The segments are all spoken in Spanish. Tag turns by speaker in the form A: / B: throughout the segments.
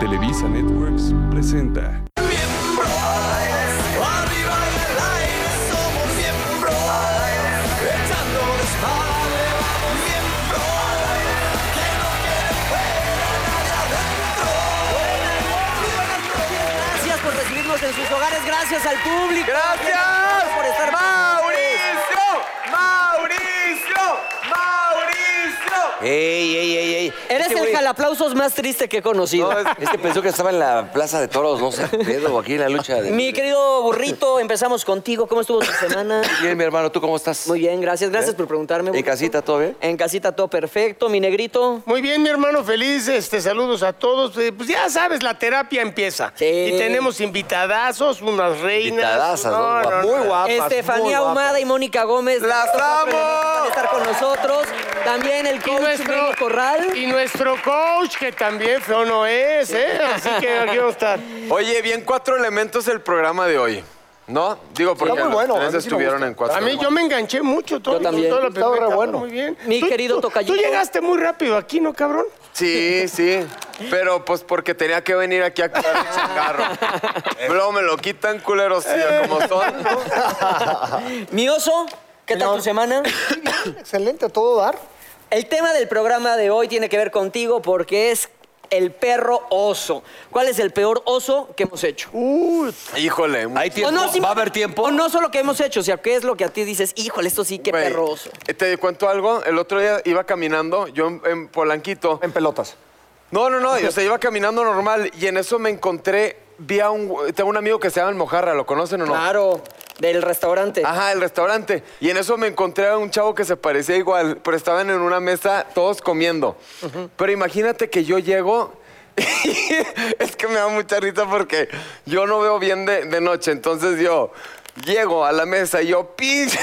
A: Televisa Networks presenta.
B: Gracias por recibirnos en sus hogares, gracias al público.
C: ¡Gracias!
B: por estar con
C: ¡Mauricio! ¡Mauricio! ¡Mauricio!
D: ¡Ey, ey, ey, ey!
B: Eres
D: Este güey-
B: el jalaplausos más triste que he conocido.
C: No, es-
D: Este pensó que estaba en la plaza de toros, no sé, pedo, aquí en la lucha. De...
B: Mi querido burrito, empezamos contigo. ¿Cómo estuvo tu semana?
D: Bien, mi hermano, ¿tú cómo estás?
B: Muy bien, gracias. Gracias por preguntarme.
D: ¿En
B: burrito.
D: casita todo bien?
B: En casita todo perfecto, mi negrito.
E: Muy bien, mi hermano, feliz. Este, saludos a todos. Eh, Pues ya sabes, la terapia empieza.
B: Sí.
E: Y tenemos invitadazos, unas reinas.
D: Invitadazas, ¿no? Guap-
E: Muy guapo.
B: Estefania Ahumada y Mónica Gómez.
C: ¡Las
B: Gracias
C: amo!
B: por estar con nosotros. También el
E: Y
B: coach
E: nuestro,
B: Miguel Corral.
E: y nuestro coach, que también feo no es, ¿eh? Así que aquí vamos a estar.
C: Oye, bien cuatro elementos el programa de hoy. ¿No? Digo, porque
F: muy bueno,
C: los
F: a mí
C: tres
F: sí me
C: estuvieron
F: gusta.
C: en cuatro.
E: A mí yo me enganché mucho, todo.
B: Yo también.
E: Todo
F: Estaba re bueno.
E: Muy bien.
B: Mi
E: Tú-
B: querido
E: tú-
B: tocayito.
E: Tú llegaste muy rápido aquí, ¿no, cabrón?
C: Sí, sí. Pero pues porque tenía que venir aquí a actuar el changarro. Luego me lo quitan, culeros, sí, como son. ¿no?
B: Mi oso, ¿qué tal tu semana?
F: Excelente, a todo dar.
B: El tema del programa de hoy tiene que ver contigo porque es el perro oso. ¿Cuál es el peor oso que hemos hecho?
C: Híjole.
D: ¿Hay tiempo?
B: O Pues no, si-
D: ¿Va a haber tiempo?
B: O no solo que hemos hecho, o sea, qué es lo que a ti dices, híjole, esto sí, qué
C: güey, Eh,
B: perro oso.
C: Te cuento algo. El otro día iba caminando, yo en- en Polanquito,
F: En pelotas.
C: No, no, no. Yo se iba caminando normal y en eso me encontré. Vi a un. Tengo un amigo que se llama El Mojarra, ¿lo conocen o no?
B: Claro, del restaurante.
D: Ah.
C: Ajá, el restaurante. Y en eso me encontré a un chavo que se parecía igual, pero estaban en una mesa todos comiendo. Pero imagínate que yo llego. es que me da mucha risa porque yo no veo bien de, de noche. Entonces yo llego a la mesa y yo, pinche.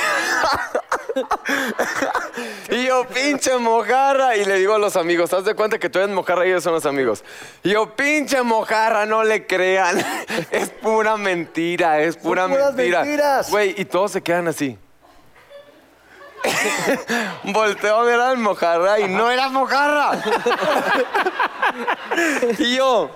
C: y yo, pinche mojarra. Y le digo a los amigos, ¿te de cuenta que tú eres mojarra y ellos son los amigos? Y yo, pinche mojarra, no le crean. es pura mentira, es pura
F: puras
C: mentira.
F: mentiras.
C: Güey, y todos se quedan así. Volteo a ver al mojarra y no era mojarra. y yo,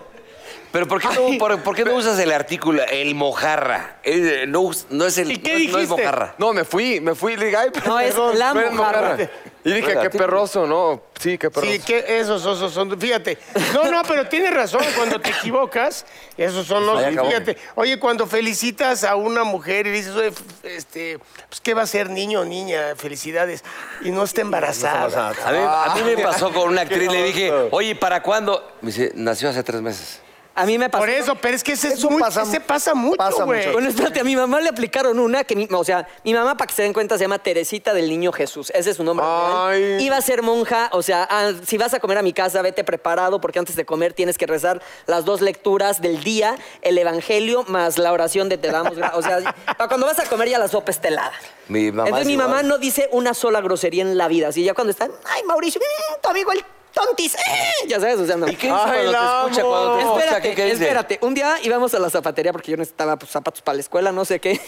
D: ¿Pero por qué no, por, por qué no usas el artículo, el mojarra? Eh, no, us- no es el,
E: ¿Y qué
D: no, es- no es
E: dijiste?
D: mojarra.
C: no, me fui, me fui. Le dije, ay,
B: No, es
C: perdón,
B: la
C: no eres
B: mojarra.
C: Y dije, qué perroso, ¿no? Sí, qué perroso.
E: Sí, que esos osos son. Fíjate. No, no, pero tienes razón. Cuando te equivocas, esos son los.
D: Ahí acabó.
E: Fíjate. Oye, cuando felicitas a una mujer y dices, oye, f- este, pues, ¿qué va a ser niño o niña? Felicidades. Y no está embarazada.
D: A, ver, a mí me pasó con una actriz, le dije, oye, ¿para cuándo? Me dice, nació hace tres meses.
B: A mí me pasó.
E: Por eso, pero es que ese, es
F: Eso
E: muy-
F: pasa-
E: ese pasa mucho,
F: pasa
E: güey.
F: mucho.
B: Bueno, espérate, a mi mamá le aplicaron una que, mi- o sea, mi mamá, para que se den cuenta, se llama Teresita del Niño Jesús. Ese es su nombre. real.
C: Ay.
B: Iba a ser monja, o sea, ah, si vas a comer a mi casa, vete preparado, porque antes de comer tienes que rezar las dos lecturas del día, el evangelio más la oración de te damos. gra- O sea, para cuando vas a comer ya la sopa estelada.
D: Mi mamá
B: Entonces
D: es
B: mi mamá
D: igual.
B: no dice una sola grosería en la vida. Así ya cuando están, ay, Mauricio, mm, tu amigo el tontis, eh", ya sabes, o sea, no.
D: ¿Y qué dice cuando te
C: la
D: escucha?
C: amo.
D: Cuando te escucha,
B: Espérate,
D: Oh, ¿qué, qué dice?
B: espérate. Un día íbamos a la zapatería porque yo necesitaba pues, zapatos para la escuela, no sé qué.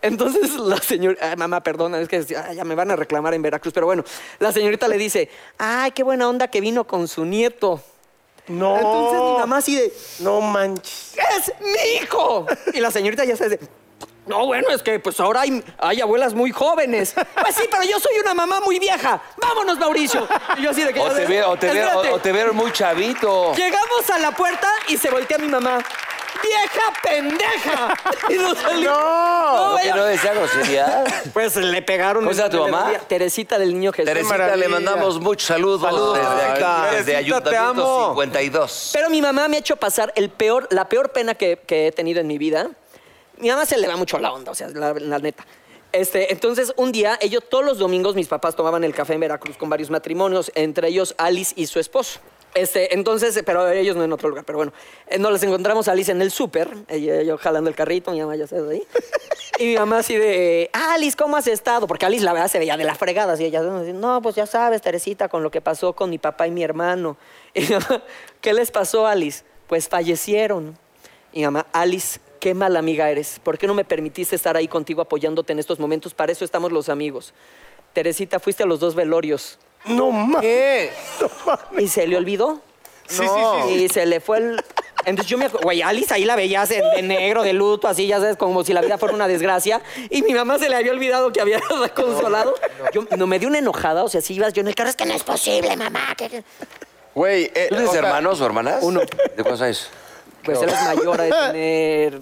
B: Entonces la señora, ay, mamá, perdona, es que ay, ya me van a reclamar en Veracruz, pero bueno, la señorita le dice, ay, qué buena onda que vino con su nieto.
E: No.
B: Entonces
D: Oh.
B: mi mamá así de,
E: No manches.
B: ¡es mi hijo! Y la señorita ya se dice, no, bueno, es que pues ahora hay, hay abuelas muy jóvenes. Pues sí, pero yo soy una mamá muy vieja. ¡Vámonos, Mauricio! Y yo así de que...
D: O te, ve- o, te ve-
B: Espérate.
D: o- o te veo muy chavito.
B: Llegamos a la puerta y se voltea mi mamá. ¡Vieja pendeja! Y nos salió.
E: No.
D: No, que
B: vaya.
D: no decía grosería.
B: Pues le pegaron.
D: ¿Cómo se llama tu
B: Le
D: mamá?
B: dolía. Teresita del niño Jesús.
D: Teresita, le
E: maravilla.
D: mandamos muchos saludos,
C: Saludos,
D: desde, aquí,
C: Teresita.
D: desde
C: Teresita, te
D: Ayuntamiento
C: amo.
D: 52.
B: Pero mi mamá me ha hecho pasar el peor, la peor pena que, que he tenido en mi vida. Mi mamá se le va mucho la onda, o sea, la, la neta. Este, entonces, un día, ellos todos los domingos, mis papás tomaban el café en Veracruz con varios matrimonios, entre ellos Alice y su esposo. Este, entonces, pero ellos no en otro lugar, pero bueno. Eh, Nos las encontramos a Alice en el súper, ella- yo jalando el carrito, mi mamá ya se ahí. Y mi mamá así de, "Ah, Alice, ¿cómo has estado? Porque Alice, la verdad, se veía de la fregada. Así, ella, no, pues ya sabes, Teresita, con lo que pasó con mi papá y mi hermano. Y mi mamá, ¿Qué les pasó, Alice? Pues fallecieron. Y mi mamá, Alice, qué mala amiga eres. ¿Por qué no me permitiste estar ahí contigo apoyándote en estos momentos? Para eso estamos los amigos. Teresita, fuiste a los dos velorios.
E: No mames.
C: ¿Qué?
B: Y se le olvidó.
E: Sí, sí, sí, sí.
B: Y se le fue el. Entonces yo me acuerdo, güey, Alice ahí la veías en- de negro, de luto, así, ya sabes, como si la vida fuera una desgracia. Y mi mamá se le había olvidado que había consolado. Yo no, me dio una enojada, o sea, si ibas yo en el carro, es que no es posible, mamá. que- que-".
C: Güey, eh,
D: ¿Tú tienes
C: o sea,
D: hermanos o hermanas?
B: Uno.
D: ¿De cuántos años?
B: Pues él es mayor a de tener.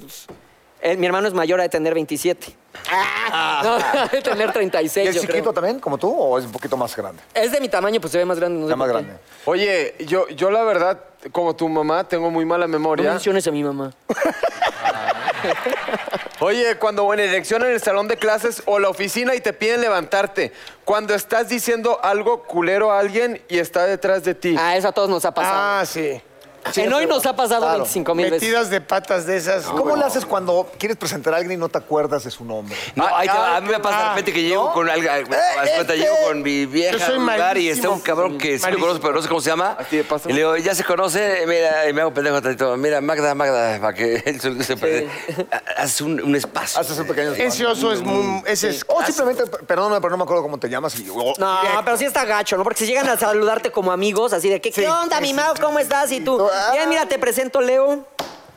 B: eh, mi hermano es mayor a de tener 27. No, ha de tener
F: Ah. ¿Y
B: 36.
F: es
B: yo
F: chiquito
B: creo.
F: también, como tú, o es un poquito más grande?
B: Es de mi tamaño, pues se ve más grande. No sé
F: Ya más
B: por qué.
F: grande.
C: Oye, yo, yo la verdad, como tu mamá, tengo muy mala
B: No
C: memoria.
B: menciones a mi mamá.
C: Oye, cuando en erección en el salón de clases o la oficina y te piden levantarte. Cuando estás diciendo algo culero a alguien y está detrás de ti.
B: Ah, eso a todos nos ha pasado.
E: Ah, sí.
B: en hoy nos ha pasado
F: Claro.
B: 25 mil veces.
E: Metidas de patas de esas.
F: ¿Cómo le haces cuando quieres presentar a alguien y no te acuerdas de su nombre?
D: No, ahí te va. a mí me pasa de
E: ah,
D: repente que llego con algo. cuenta, llego con mi
E: yo
D: vieja
E: soy
D: al lugar y
E: malísimo.
D: está un cabrón que sí me
E: Malísimo.
D: conoce, pero no sé cómo se llama.
C: Así de paso.
D: Y le digo, ya se conoce, mira, y me hago pendejo tantito. Mira, Magda, Magda, para que él se, se prende. Haces un, un espacio.
F: Haces un pequeño...
E: Ese oso es muy. Ese es.
F: O simplemente, p- perdóname, pero no me acuerdo cómo te llamas. Y, o-
B: No,
F: directo.
B: pero sí está gacho, ¿no? Porque si llegan a saludarte como amigos, así de que, ¿qué onda, mi Mau? ¿Cómo estás? Y tú,
F: Ah.
B: bien, mira, te presento Leo.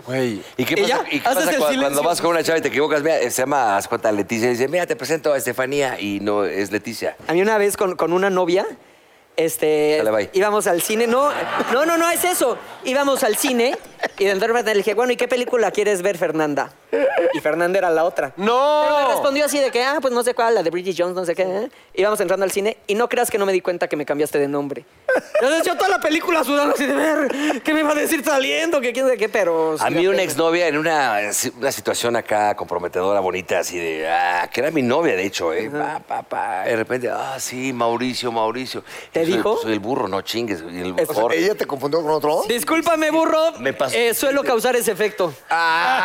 C: Güey.
D: ¿Y qué
B: Y
D: pasa,
B: ya,
D: y qué
B: haces
D: pasa
B: el
D: cua- cuando,
B: silencio.
D: vas con una chava y te equivocas? Mira, se llama haz cuenta, Leticia y dice, mira, te presento a Estefanía y no es Leticia.
B: A mí una vez con, con una novia, este,
D: Dale, bye.
B: íbamos al cine. No, no, no, no, es eso. Íbamos al cine y de repente le dije, bueno, ¿y qué película quieres ver, Fernanda? Y Fernanda era la otra. Pero me
C: ¡No!
B: respondió así de que, ah, pues no sé cuál, la de Bridget Jones, no sé qué. ¿eh? Íbamos entrando al cine y no creas que no me di cuenta que me cambiaste de nombre. Entonces yo toda la película sudando así de ver, ¿qué me iba a decir saliendo? Que quién sabe qué, pero...
D: A mí una exnovia en una, una situación acá comprometedora, bonita, así de, ah, que era mi novia, de hecho, ¿eh? Pa, pa, pa. De repente, ah, sí, Mauricio, Mauricio.
B: ¿Te
D: Soy-
B: dijo?
D: Soy el burro, no chingues. soy el
B: Es-
D: burro.
F: ¿Ella te confundió con otro?
B: Discúlpame, burro.
D: Me pasó.
B: Eh, suelo causar ese efecto.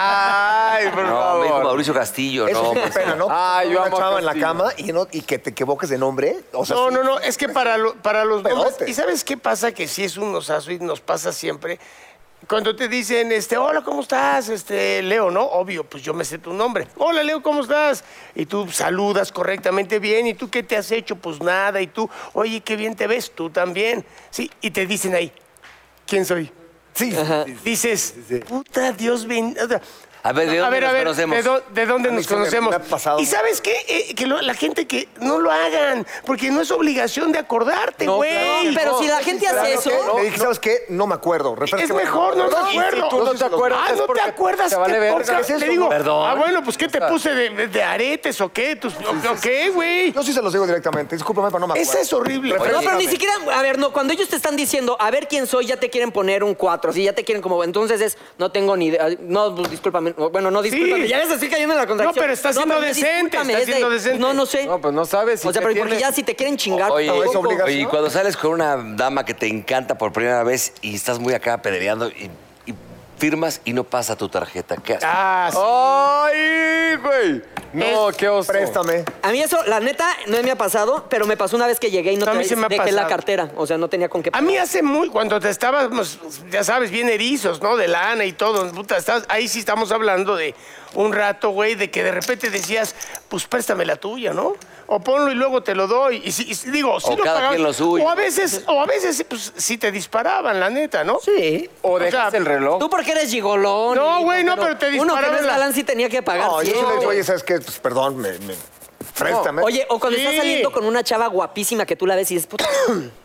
C: Ay, por
D: no, me dijo
C: favor.
D: Mauricio Castillo,
F: Eso
D: no.
F: es una
D: pues,
F: pena, ¿no?
C: Ah, yo
F: una
C: amo a
F: chava en la
C: Castillo.
F: cama y, no- y que te equivoques de nombre. O sea,
E: No,
F: sí.
E: no, no. Es que para, lo- para los hombres.
F: Pedote.
E: ¿Y sabes qué pasa? Que sí es un osazo y nos pasa siempre. Cuando te dicen, este, hola, ¿cómo estás? Este, Leo, ¿no? Obvio, pues yo me sé tu nombre. Hola, Leo, ¿cómo estás? Y tú saludas correctamente bien. ¿Y tú qué te has hecho? Pues nada. Y tú, oye, qué bien te ves. Tú también. Sí, y te dicen ahí, ¿quién soy?
F: Sí.
E: Dices, puta, Dios ben- o sea,
D: A ver, ¿de dónde nos conocemos?
E: ¿de, dó- de dónde
F: A mí
E: nos
F: sí me- me
E: conocemos?
F: ha pasado.
E: Y sabes qué, Eh, que lo- la gente que no lo hagan, porque no es obligación de acordarte,
C: No,
E: güey.
C: claro,
B: Pero si la
F: Sí,
B: gente
F: claro
B: hace
F: que
B: eso...
F: Le dije, ¿sabes qué? No me acuerdo.
E: es
F: refrescame".
E: mejor, no me
C: Y si
E: acuerdo.
C: tú no te acuerdas,
E: Ah,
C: es
E: no te
C: porque
E: acuerdas.
C: te vale
E: qué
C: verga.
E: poca-
C: ¿Qué es
E: Le
C: eso?
E: digo,
D: Perdón.
E: ah, bueno, pues ¿qué te puse de, de- de aretes o qué? Tus- o- o qué, güey?
F: Yo sí se los digo directamente. Discúlpame, pero no me acuerdo.
E: Esa es horrible.
B: No, pero ni siquiera, a ver, no, cuando ellos te están diciendo, a ver quién soy, ya te quieren poner un 4, así ya te quieren como, entonces es, no tengo ni idea, no, pues, discúlpame, no, bueno, no, discúlpame,
E: Sí.
B: ya les estoy cayendo en la contracción.
E: No, pero estás siendo
B: pero
E: decente,
B: discúlpame,
E: estás
B: es de,
E: siendo decente.
B: No, no sé.
C: No, pues no sabes.
B: o sea, pero
C: ¿qué
B: porque
C: tiene?
B: ya si te quieren chingar,
D: Oye,
F: es
B: tampoco-
F: obligación.
D: oye, y cuando sales con una dama que te encanta por primera vez y estás muy acá pedereando y, y firmas y no pasa tu tarjeta, ¿qué haces?
E: Ah, sí.
C: ¡Ay, güey! No, qué oso.
F: Préstame.
B: A mí eso, la neta, no me ha pasado, pero me pasó una vez que llegué y no
E: A mí
B: te
E: sí me ha
B: dejé la
E: pasado.
B: cartera, o sea, no tenía con qué
E: A mí hace muy, cuando te estábamos, ya sabes, bien erizos, ¿no? De lana y todo. Puta, estás- ahí sí estamos hablando de un rato, güey, de que de repente decías, pues préstame la tuya, ¿no? O ponlo y luego te lo doy. Y, si, y digo, si
D: O cada quien lo suyo.
E: O a veces, o a veces, pues sí te disparaban, la neta, ¿no?
B: Sí.
C: O dejas
E: sea,
C: el reloj.
B: Tú porque eres gigolón.
E: No,
B: hijo,
E: güey, no, pero te
B: Uno que no
E: dispararon
B: es
E: la-
B: galán sí tenía que pagar.
F: No, yo sí
B: siempre.
F: le digo, oye, ¿sabes qué? Pues perdón, me, me- préstame.
B: Oye, o cuando estás
E: Sí.
B: saliendo con una chava guapísima que tú la ves y dices, puta.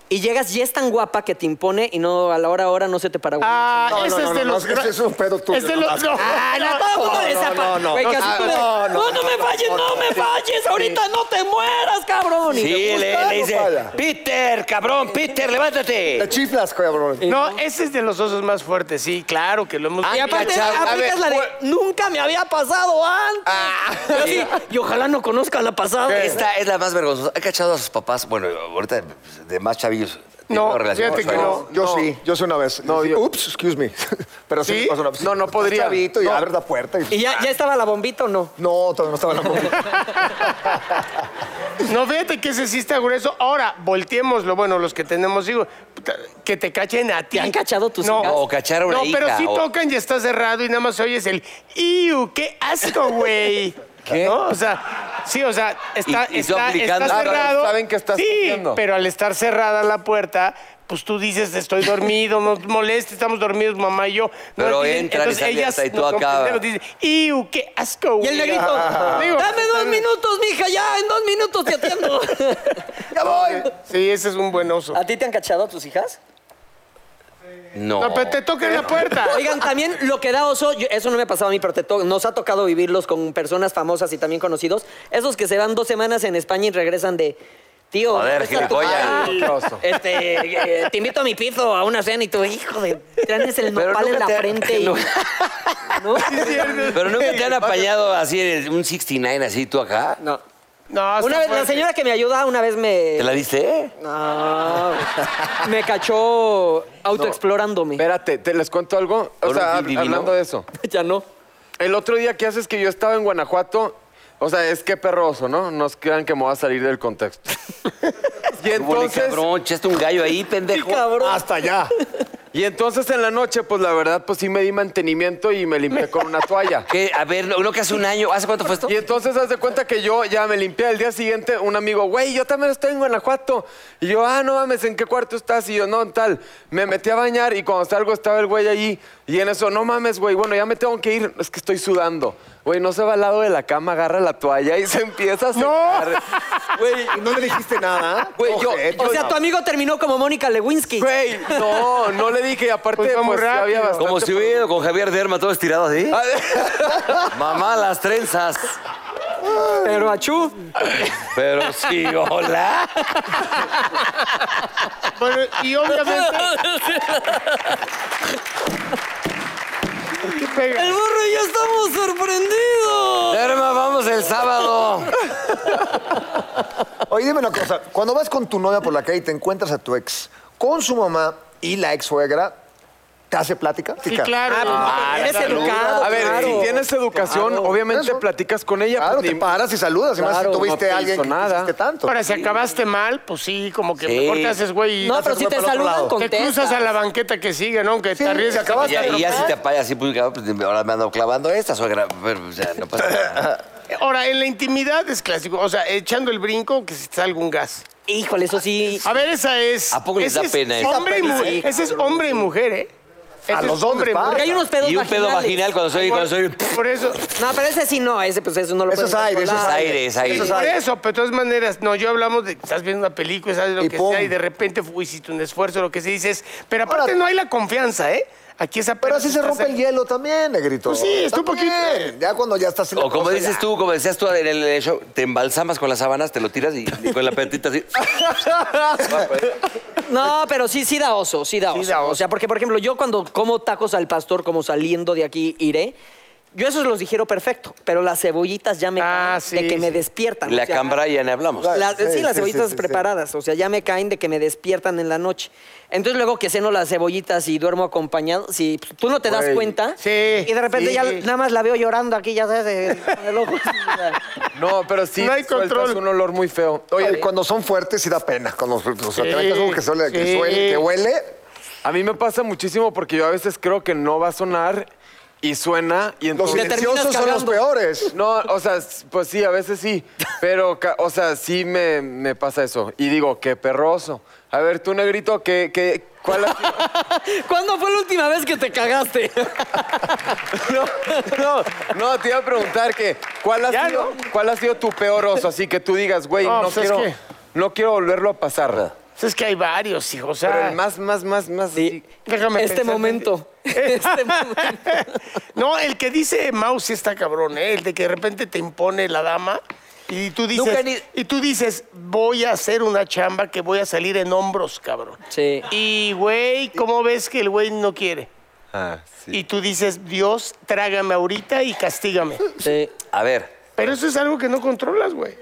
B: y llegas y es tan guapa que te impone y no a la hora hora no se te para. güey.
E: Ah,
F: No, no,
E: ese
F: no,
E: es de
F: no,
E: los...
F: no, es que ese es un pedo tuyo,
E: Es de
F: no
E: los...
F: más.
E: No,
B: Ah, no, todo el mundo le zapa.
F: no, no.
B: Güey, que así
F: Ah,
B: tú de,
F: no,
B: no,
F: no,
B: no, me falles, no, me falles. Ahorita no te mueras, cabrón. Y
D: Sí,
B: te-
D: le,
F: gusta,
D: le
F: no
D: dice,
F: falla.
D: Peter, cabrón, Peter,
F: Te
D: levántate.
F: chiflas, cabrón.
E: no, ese es de los osos más fuertes, sí, claro que lo hemos...
B: y aparte aplicas la de nunca me había pasado antes. Yo sí, y ojalá no conozca la pasada.
D: Esta es la más vergonzosa. ¿Ha cachado a sus papás? Bueno, ahorita de más chavillos. tiene
E: No,
D: una relación
E: fíjate
D: con
E: que
D: sus
E: no.
D: papás.
F: Yo sí, yo sí una vez.
C: No,
F: No,
C: yo-
F: Ups, excuse me. Pero sí,
E: ¿Sí?
F: me pasó una vez.
C: No, no
F: Estás
C: podría.
F: Chavito y
C: No.
F: abres la puerta y...
B: ¿Y ya, ya estaba la bombita o no?
F: No, todavía no estaba en la mujer.
E: No, fíjate que ese sí está grueso. Ahora, volteemos lo bueno, los que tenemos hijos, puta, que te cachen a ti.
B: ¿Te han cachado tus hijas?
D: O cachar a una
E: No,
D: hija,
E: pero sí
D: o-
E: tocan y está cerrado y nada más oyes el ¡Iu! ¡Qué asco, güey! ¿Qué? O sea, Sí, o sea, está,
D: Y- y tú
E: está-
D: aplicando-
E: está
D: Ah,
E: cerrado.
C: saben que estás
E: Sí,
C: comiendo.
E: pero al estar cerrada la puerta, pues tú dices, estoy dormido, no te molestes, estamos dormidos, mamá y yo. No,
D: Pero
E: dicen-
D: entran y
E: entonces
D: salen
E: ellas
D: hasta y tú
E: nos
D: acá.
E: comprendemos, dicen, "Iu, qué asco!
B: Y el
E: güey".
B: negrito,
E: Digo,
B: dame dos minutos, mija, ya, en dos minutos te atiendo. ya voy.
E: Sí, ese es un buen oso.
B: ¿A ti te han cachado tus hijas?
D: No.
E: No, pero te toquen la puerta.
B: Oigan, también lo que da oso, yo- eso no me ha pasado a mí, pero te to- nos ha tocado vivirlos con personas famosas y también conocidos. Esos que se van dos semanas en España y regresan de. Tío,
D: Joder,
B: ¿dónde está tu
D: gilipollas.
B: padre?
C: Qué oso.
B: este, eh, te invito a mi piso a una cena y tu hijo de. Tienes el
D: Pero
B: nopal en la
D: nunca te-
B: frente y.
D: nunca-
B: ¿No?
D: Pero nunca te han apañado así en un 69 así tú acá.
B: No.
E: No, está
B: Una vez, la
E: fuerte.
B: señora que me ayuda una vez me.
D: ¿Te la diste?
B: No. Me cachó autoexplorándome.
C: Espérate, te les cuento algo. O
D: ¿Por
C: sea,
D: un
C: hab-
D: divino?
C: hablando de eso.
B: Ya no.
C: El otro día que haces que yo estaba en Guanajuato, o sea, es que perroso, ¿no? Nos crean que me voy a salir del contexto. y
D: Entonces,
C: entonces,
D: cabrón, echaste un gallo ahí, pendejo.
B: Cabrón.
F: Hasta allá.
C: y entonces en la noche, pues la verdad, pues sí me di mantenimiento y me limpié con una toalla.
D: ¿Qué? A ver, no, no que hace un año. ¿Hace cuánto fue esto?
C: Y entonces haz de cuenta que yo ya me limpié al día siguiente, un amigo, güey, yo también estoy en Guanajuato. Y yo, ah, no mames, ¿en qué cuarto estás? Y yo, no, en tal. Me metí a bañar y cuando salgo estaba el güey allí. Y en eso, no mames, güey, bueno, ya me tengo que ir, es que estoy sudando. Güey, no se va al lado de la cama, agarra la toalla y se empieza a secar.
F: Güey, y no le dijiste nada.
C: Güey, yo-
F: Ojete.
B: O sea, tu amigo terminó como Mónica Lewinsky.
C: Güey, no, no le dije. Y aparte,
E: Pues
C: pues,
E: va muy
C: ya
E: rápido.
C: había bastante...
D: Como si hubiera ido con Javier Derma todo estirado así.
E: Ah,
D: Mamá, las trenzas.
B: Pero achú.
D: Pero sí, hola.
E: Bueno, y obviamente. ¿Qué pega?
B: El burro y yo estamos sorprendidos.
D: Derma, vamos el sábado.
F: Oye, dime una cosa. Cuando vas con tu novia por la calle y te encuentras a tu ex con su mamá y la ex suegra, ¿te hace plática?
E: Sí, claro. Ah,
B: Eres educado.
C: A ver,
B: claro.
C: si tienes educación, obviamente
F: Eso.
C: platicas con ella.
F: Claro,
C: pues,
F: te
C: ni-
F: paras y saludas. y más
C: Claro,
F: si
C: no te
F: tuviste a
C: hizo
F: alguien que
C: nada.
F: quisiste tanto.
E: Ahora, si acabaste mal, pues sí, como que
D: Sí.
E: mejor te haces güey y
B: No,
F: Ya
B: pero
F: se
B: si
F: fue
B: te
F: para otro
B: saludan,
F: lado.
E: te
B: contestas.
E: cruzas a la banqueta que sigue, ¿no? Aunque
F: Sí,
E: te arriesgas.
F: se acabaste.
D: Y, y ya si te apaya así, pues, cabrón, pues, ahora me ando clavando esta suegra. Pero, o sea, no pasa nada.
E: Ahora, en la intimidad es clásico. O sea, echando el brinco, que se te salga un gas.
B: Híjole, eso sí.
E: A ver, esa es.
D: ¿A poco les
E: ese
D: da
E: es
D: pena eso?
E: Hombre y
F: Sí,
E: mujer.
F: sí.
E: Ese es hombre y mujer, ¿eh? Ese es
F: los dos
E: hombre y
F: les pasa.
E: mujer.
B: Porque hay unos pedos
D: Y un pedo
B: vaginales.
D: vaginal cuando soy, cuando soy.
E: Por eso,
B: No, pero ese sí no, ese pues eso no lo
F: Eso es
B: puedes
F: aire, eso es
B: controlar.
D: aire, es aire.
F: Eso es
E: por
F: aire.
E: eso, pero de todas maneras, no, yo hablamos de estás viendo una película, sabes lo
F: Y
E: que
F: pum.
E: sea, y de repente fu- hiciste un esfuerzo, lo que se dice es. Pero aparte
F: Ahora-
E: no hay la confianza, ¿eh? Aquí esa
F: Pero así se rompe el hielo también, negrito.
E: Pues sí, está un
F: También.
E: poquito-
F: Ya cuando ya estás en la
D: O como
F: cosa,
D: dices
F: ya.
D: tú, como decías tú en el show, te embalsamas con las sábanas, te lo tiras y, y con la petita así.
B: No, pero sí, sí da oso, sí da
E: Sí
B: oso.
E: da oso.
B: O sea, porque, por ejemplo, yo cuando como tacos al pastor, como saliendo de aquí, iré. Yo esos los digiero perfecto, pero las cebollitas ya me
E: Ah,
B: caen
E: sí,
B: de que me
E: sí.
B: despiertan.
D: La
B: o sea,
D: cambra ya ni hablamos.
F: Claro.
B: la- sí,
F: Sí,
B: las
F: sí,
B: cebollitas
F: sí, sí,
B: preparadas, o sea, ya me caen de que me despiertan en la noche. Entonces luego que ceno las cebollitas y duermo acompañado, si tú no te das
C: Güey.
B: cuenta,
E: Sí,
B: y de repente
E: sí.
B: ya nada más la veo llorando aquí, ya sabes, eh, con el ojo.
C: No, pero sí
E: No hay
C: sueltas
E: control.
C: un olor muy feo. Oye,
F: Oye, cuando son fuertes sí da pena. Cuando o
E: Sí,
F: sea, te metes algo que, suele- que,
E: sí.
F: suele- que huele.
C: a mí me pasa muchísimo porque yo a veces creo que no va a sonar y suena y
F: Los
C: entonces...
B: silencio-
F: silenciosos son los
B: cagando.
F: peores.
C: No, o sea, s- pues sí, a veces sí, pero, ca- o sea, sí me, me pasa eso. Y digo, qué perroso. A ver, tú, negrito, ¿qué, qué, cuál ha sido?
B: ¿Cuándo fue la última vez que te cagaste?
C: No, no, te iba a preguntar que, ¿cuál ha,
E: Ya,
C: sido,
E: ¿no?
C: cuál ha sido tu peor oso? Así que tú digas, güey,
E: No,
C: no,
E: pues es
C: quiero,
E: que-
C: no quiero volverlo a pasar.
E: Pues es que hay varios, hijos. O sea,
C: Pero el más, más, más, más... así-
E: déjame
B: este
E: pensar.
B: momento. este momento.
E: No, el que dice Mau sí está cabrón, ¿eh? El de que de repente te impone la dama y tú
D: Nunca
E: dices,
D: ni-
E: y tú dices voy a hacer una chamba que voy a salir en hombros, cabrón.
B: Sí.
E: Y, güey, ¿cómo ves que el güey no quiere?
C: Ah, sí.
E: Y tú dices, Dios, trágame ahorita y castígame.
B: Sí.
D: A ver.
E: Pero eso es algo que no controlas, güey.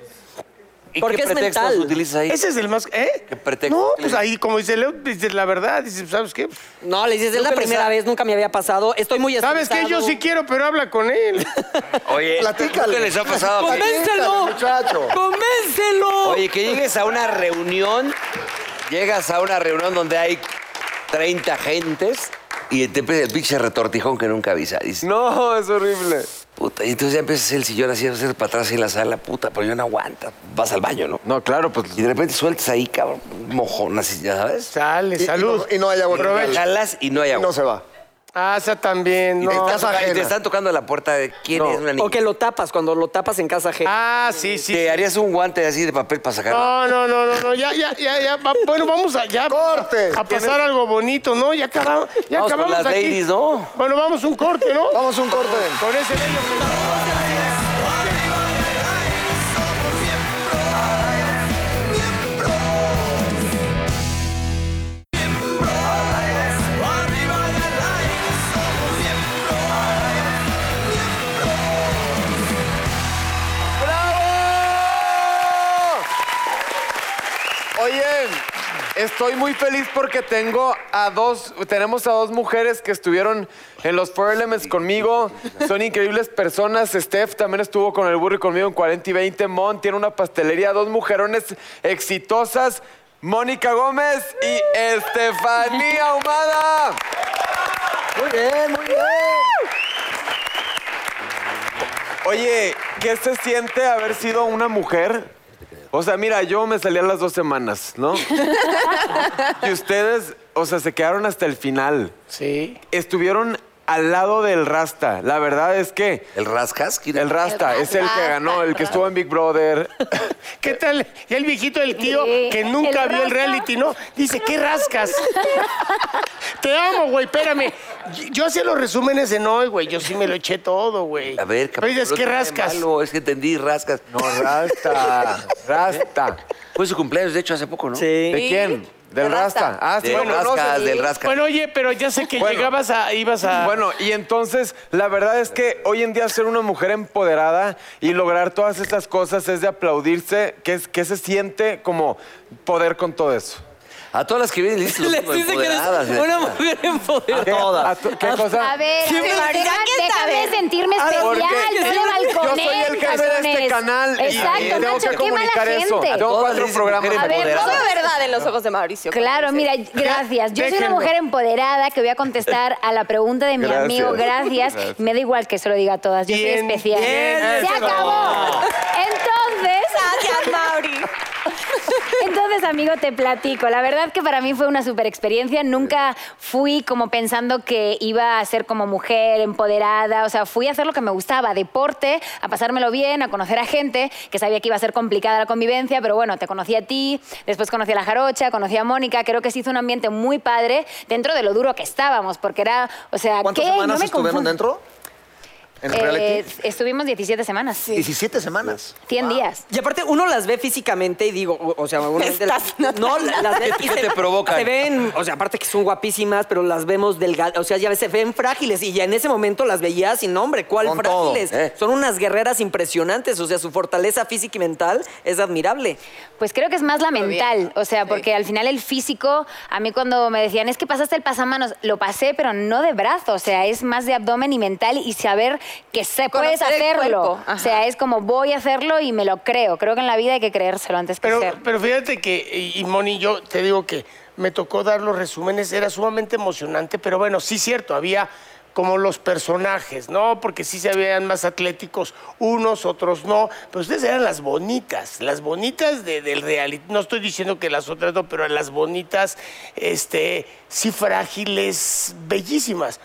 D: ¿Y
B: Porque
D: qué
B: es
D: pretextos
B: mental.
D: utilizas ahí?
E: Ese es el más... ¿Eh?
D: ¿Qué pretexto
E: No,
D: tienes?
E: pues ahí, como dice Leo, dices la verdad. Dices, ¿sabes qué?
B: No, le dices, es la
D: Nunca les
B: primera
D: ha-
B: vez, nunca me había pasado. Estoy muy
E: ¿Sabes qué? Yo
B: estresado.
E: sí quiero, pero habla con él.
D: Oye,
F: Platícale.
D: ¿qué les ha pasado?
B: ¡Convéncelo!
F: Muchacho.
B: ¡Convéncelo!
D: Oye, que llegues a una reunión, llegas a una reunión donde hay 30 gentes y te empieza el pinche retortijón que nunca avisa. Dices,
C: No, es horrible.
D: Puta, y entonces ya empiezas el sillón así a hacer para atrás en la sala, puta, pero yo no aguanta. Vas al baño, ¿no?
C: No, claro, pues.
D: Y de repente sueltas ahí, cabrón, mojón, así, ya sabes.
E: Sale,
F: Y- y
E: salud.
F: no- Y no, hay agua.
E: Aprovecha.
D: Jalas y no hay
F: Y
D: agua.
F: no se va.
E: Ah, esa también, no.
F: estás
D: Ah, y
F: ajena.
D: te están tocando la puerta de quién es una niña.
B: O que lo tapas, cuando lo tapas en casa ajena.
E: Ah, sí, sí.
D: Te harías un guante así de papel para sacar.
E: No, no, no, no, no, ya, ya, ya, ya. va- Bueno, vamos a, ya,
F: Corte.
E: a pasar algo bonito, ¿no? Ya acabamos, ya
D: Vamos con
E: acabamos
D: las
E: aquí.
D: ladies, ¿no?
E: Bueno, vamos un corte, ¿no?
F: Vamos a un corte.
E: Con ese bello.
C: Oye, estoy muy feliz porque tengo a dos, tenemos a dos mujeres que estuvieron en los Four Elements conmigo. Son increíbles personas. Steph también estuvo con el burro y conmigo en 40 y 20. Mon tiene una pastelería, dos mujerones exitosas. Mónica Gómez y Estefanía Humada.
F: Muy bien, muy bien.
C: Oye, ¿qué se siente haber sido una mujer? O sea, mira, yo me salí a las dos semanas, ¿no? y ustedes, o sea, se quedaron hasta el final.
E: Sí.
C: Estuvieron al lado del Rasta. La verdad es que
D: ¿El rascas? ¿Quién-
C: el Rasta
G: El
C: es el que
G: Rasta,
C: ganó, el que estuvo en Big Brother.
E: ¿Qué tal? Y el viejito del tío
G: Sí.
E: que nunca
G: El
E: vio el
G: rasca.
E: reality, ¿no? Dice, ¿qué rascas? Te amo, güey, espérame. Yo hacía los resúmenes en hoy, güey. Yo sí me lo eché todo, güey.
D: A ver,
E: Pero dices,
D: cabrón,
E: ¿qué
D: tiene
E: rascas?
D: malo, es que entendí, rascas.
C: No, Rasta. Rasta.
D: Fue su cumpleaños, de hecho, hace poco, ¿no?
B: sí.
C: ¿De quién? Del
G: Del
C: Rasta.
G: Rasta.
C: Ah, sí,
D: Del
C: bueno, no,
D: rascas,
C: sí.
D: del rascas.
E: Bueno, oye, pero ya sé que
C: Bueno.
E: llegabas a, ibas a...
C: Bueno, y entonces, la verdad es que hoy en día ser una mujer empoderada y lograr todas estas cosas es de aplaudirse. ¿Qué, es- qué se siente como poder con todo eso?
D: A todas las que vienen les
B: Les dice que eres una mujer empoderada.
C: ¿Qué, a tu- Ah, ¿Qué cosas?
G: A ver, a
B: Siempre
G: ver,
B: tendrán
G: déjame,
B: que
G: déjame
B: saber.
G: sentirme
B: A ver,
G: especial.
B: porque
G: no le
C: Ah, Yo soy
G: balconen,
C: el jefe de este
G: cabrones.
C: canal y- y
G: Exacto,
C: tengo
G: Nacho,
C: que
G: qué
C: comunicar
G: mala
C: eso.
G: gente.
C: Tengo
D: Todas
C: cuatro
D: dicen
C: programas.
D: mujeres
G: A ver,
D: empoderadas.
H: No veo verdad en los ojos de Mauricio.
G: Claro,
H: como
G: mira,
H: dice.
G: gracias. Yo soy una
E: Déjenlo.
G: mujer empoderada que voy a contestar a la pregunta de mi
C: Gracias.
G: amigo, gracias. Me da igual que se lo diga a todas, yo soy
E: Bien,
G: especial.
E: bien,
G: ¡Se
E: eso.
G: acabó! Entonces,
H: Gracias, Mauri.
G: Entonces, amigo, te platico. La verdad que para mí fue una super experiencia. Nunca fui como pensando que iba a ser como mujer empoderada. O sea, fui a hacer lo que me gustaba, deporte, a pasármelo bien, a conocer a gente, que sabía que iba a ser complicada la convivencia, pero bueno, te conocí a ti, después conocí a la Jarocha, conocí a Mónica. Creo que se hizo un ambiente muy padre dentro de lo duro que estábamos, porque era, o sea,
F: ¿Cuántas
G: ¿qué? No
F: semanas
G: me
F: estuvieron
G: confundo.
F: dentro? ¿En el
G: Eh,
F: reality?
G: estuvimos 17 semanas,
F: 17 semanas.
G: 100 días.
B: Y aparte, uno las ve físicamente y digo, o, o sea, uno
H: Estás
B: no, las ve y
D: ¿Qué
B: se-
D: te provocan?
B: Se ven, o sea, aparte que son guapísimas, pero las vemos delgadas, o sea, ya se ven frágiles y ya en ese momento las veías sin nombre, ¿cuál
F: Con todo,
B: frágiles?
D: ¿eh?
B: Son unas guerreras impresionantes, o sea, su fortaleza física y mental es admirable.
G: Pues creo que es más la
H: Muy bien.
G: mental, o sea,
H: Sí.
G: porque al final el físico, a mí cuando me decían, es que pasaste el pasamanos, lo pasé, pero no de brazo, o sea, es más de abdomen y mental y saber que se puedes
H: Conocer el
G: hacerlo.
H: cuerpo, ajá.
G: O sea, es como voy a hacerlo y me lo creo. Creo que en la vida hay que creérselo antes que
E: Pero,
G: ser.
E: pero fíjate que, y, y, Moni, yo te digo que me tocó dar los resúmenes, era sumamente emocionante, pero bueno, sí cierto, había como los personajes, ¿no? Porque sí se habían más atléticos unos, otros no, pero ustedes eran las bonitas, las bonitas de- del reality. No estoy diciendo que las otras no, pero las bonitas, este, sí frágiles, bellísimas.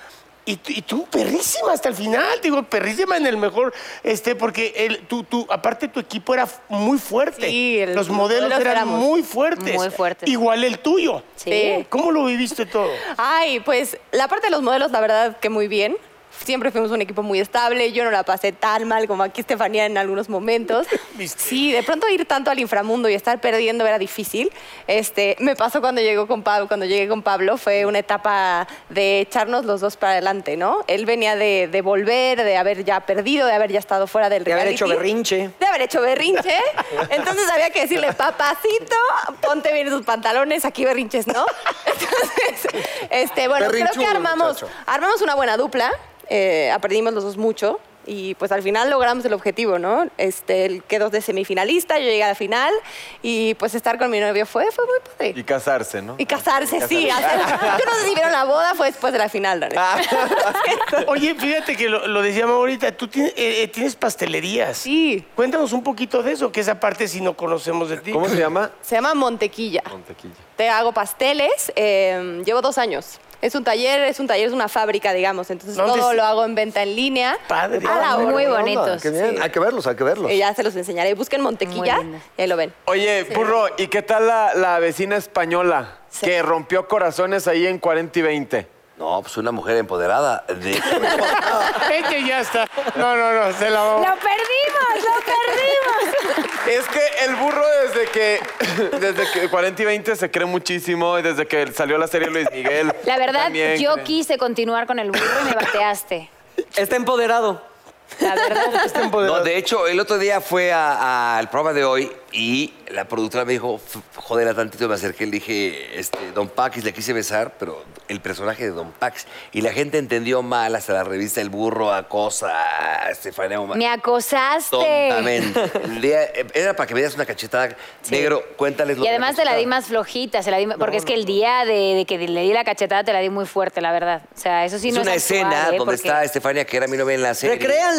E: Y, tú- y tú, perrísima hasta el final, digo, perrísima en el mejor, este, porque el, tú, tú, aparte tu equipo era f- muy fuerte.
H: Sí, el-
E: los modelos
H: los
E: eran
H: éramos
E: muy fuertes.
G: muy fuertes.
E: Igual el tuyo.
G: Sí.
H: eh,
E: ¿Cómo lo viviste todo?
H: Ay, pues la parte de los modelos, la verdad que muy bien. Siempre fuimos un equipo muy estable. Yo no la pasé tan mal como aquí Estefanía en algunos momentos.
E: ¿Viste?
H: Sí, de pronto ir tanto al inframundo y estar perdiendo era difícil. Este, me pasó cuando llegó con Pablo, cuando llegué con Pablo fue una etapa de echarnos los dos para adelante, ¿no? Él venía de, de volver, de haber ya perdido, de haber ya estado fuera del
B: De haber
H: reality.
B: hecho berrinche.
H: De haber hecho berrinche. Entonces había que decirle, papacito, ponte bien tus pantalones, aquí berrinches, ¿no? Entonces, este, bueno, creo que
F: Berrinchudo,
H: armamos,
F: muchacho.
H: armamos una buena dupla. eh, aprendimos los dos mucho. Y pues al final logramos el objetivo, ¿no? Este, él quedó de semifinalista, yo llegué a la final y pues estar con mi novio fue, fue muy padre.
C: Y casarse, ¿no?
H: Y casarse, sí. hacer- Yo no sé si vieron la boda, fue después de la final, la neta.
E: Oye, fíjate que lo, lo decíamos ahorita, tú tienes, eh, eh, tienes pastelerías.
H: Sí.
E: Cuéntanos un poquito de eso, que esa parte si no conocemos de ti.
C: ¿Cómo se llama?
H: Se llama Montequilla.
C: Montequilla.
H: Te hago pasteles, eh, llevo dos años. Es un taller, es un taller, es una fábrica, digamos. Entonces
E: ¿Dónde
H: todo
E: es?
H: lo hago en venta en línea.
E: Padre.
H: A la hora.
G: Ah, Muy
F: Qué onda,
G: bonitos.
F: Ah, qué bien.
H: sí.
F: Hay que verlos, hay que verlos.
H: Y ya se los enseñaré. Busquen Montequilla
G: Muy lindo.
H: y ahí lo ven.
C: Oye, Purro, ¿y qué tal la, la vecina española
H: Sí.
C: que rompió corazones ahí en 40 y 20?
D: No, pues una mujer empoderada. De...
E: Este ya está. No, no, no, se la
G: ¡Lo
E: vamos.
G: perdimos! ¡Lo perdimos!
C: Es que el burro desde que desde que 40 y 20 se cree muchísimo y desde que salió la serie Luis Miguel.
G: La verdad,
C: también
G: yo
C: cree.
G: quise continuar con el burro y me bateaste.
B: Está empoderado.
G: La verdad.
B: Este,
D: No, de hecho, el otro día fue a- a- al programa de hoy y la productora me dijo, "F- joder, a tantito me acerqué y le dije, este, Don Pax, le quise besar, pero el personaje de Don Pax. Y la gente entendió mal hasta la revista El Burro, Acosa, a Estefanía Guzmán.
G: Me acosaste.
D: Tontamente. El día- eh, Era para que me dieras una cachetada. Negro, cuéntales lo
G: Y
D: que
G: además te la di
D: cachetada.
G: más flojita, se la di, porque es que el día de, de que le di la cachetada te la di muy fuerte, la verdad. O sea, eso sí
D: Es
G: no
D: una
G: es actuar,
D: escena donde
G: ¿eh? Porque-
D: está Estefania, que era mi novia en la serie.
B: Recréanla.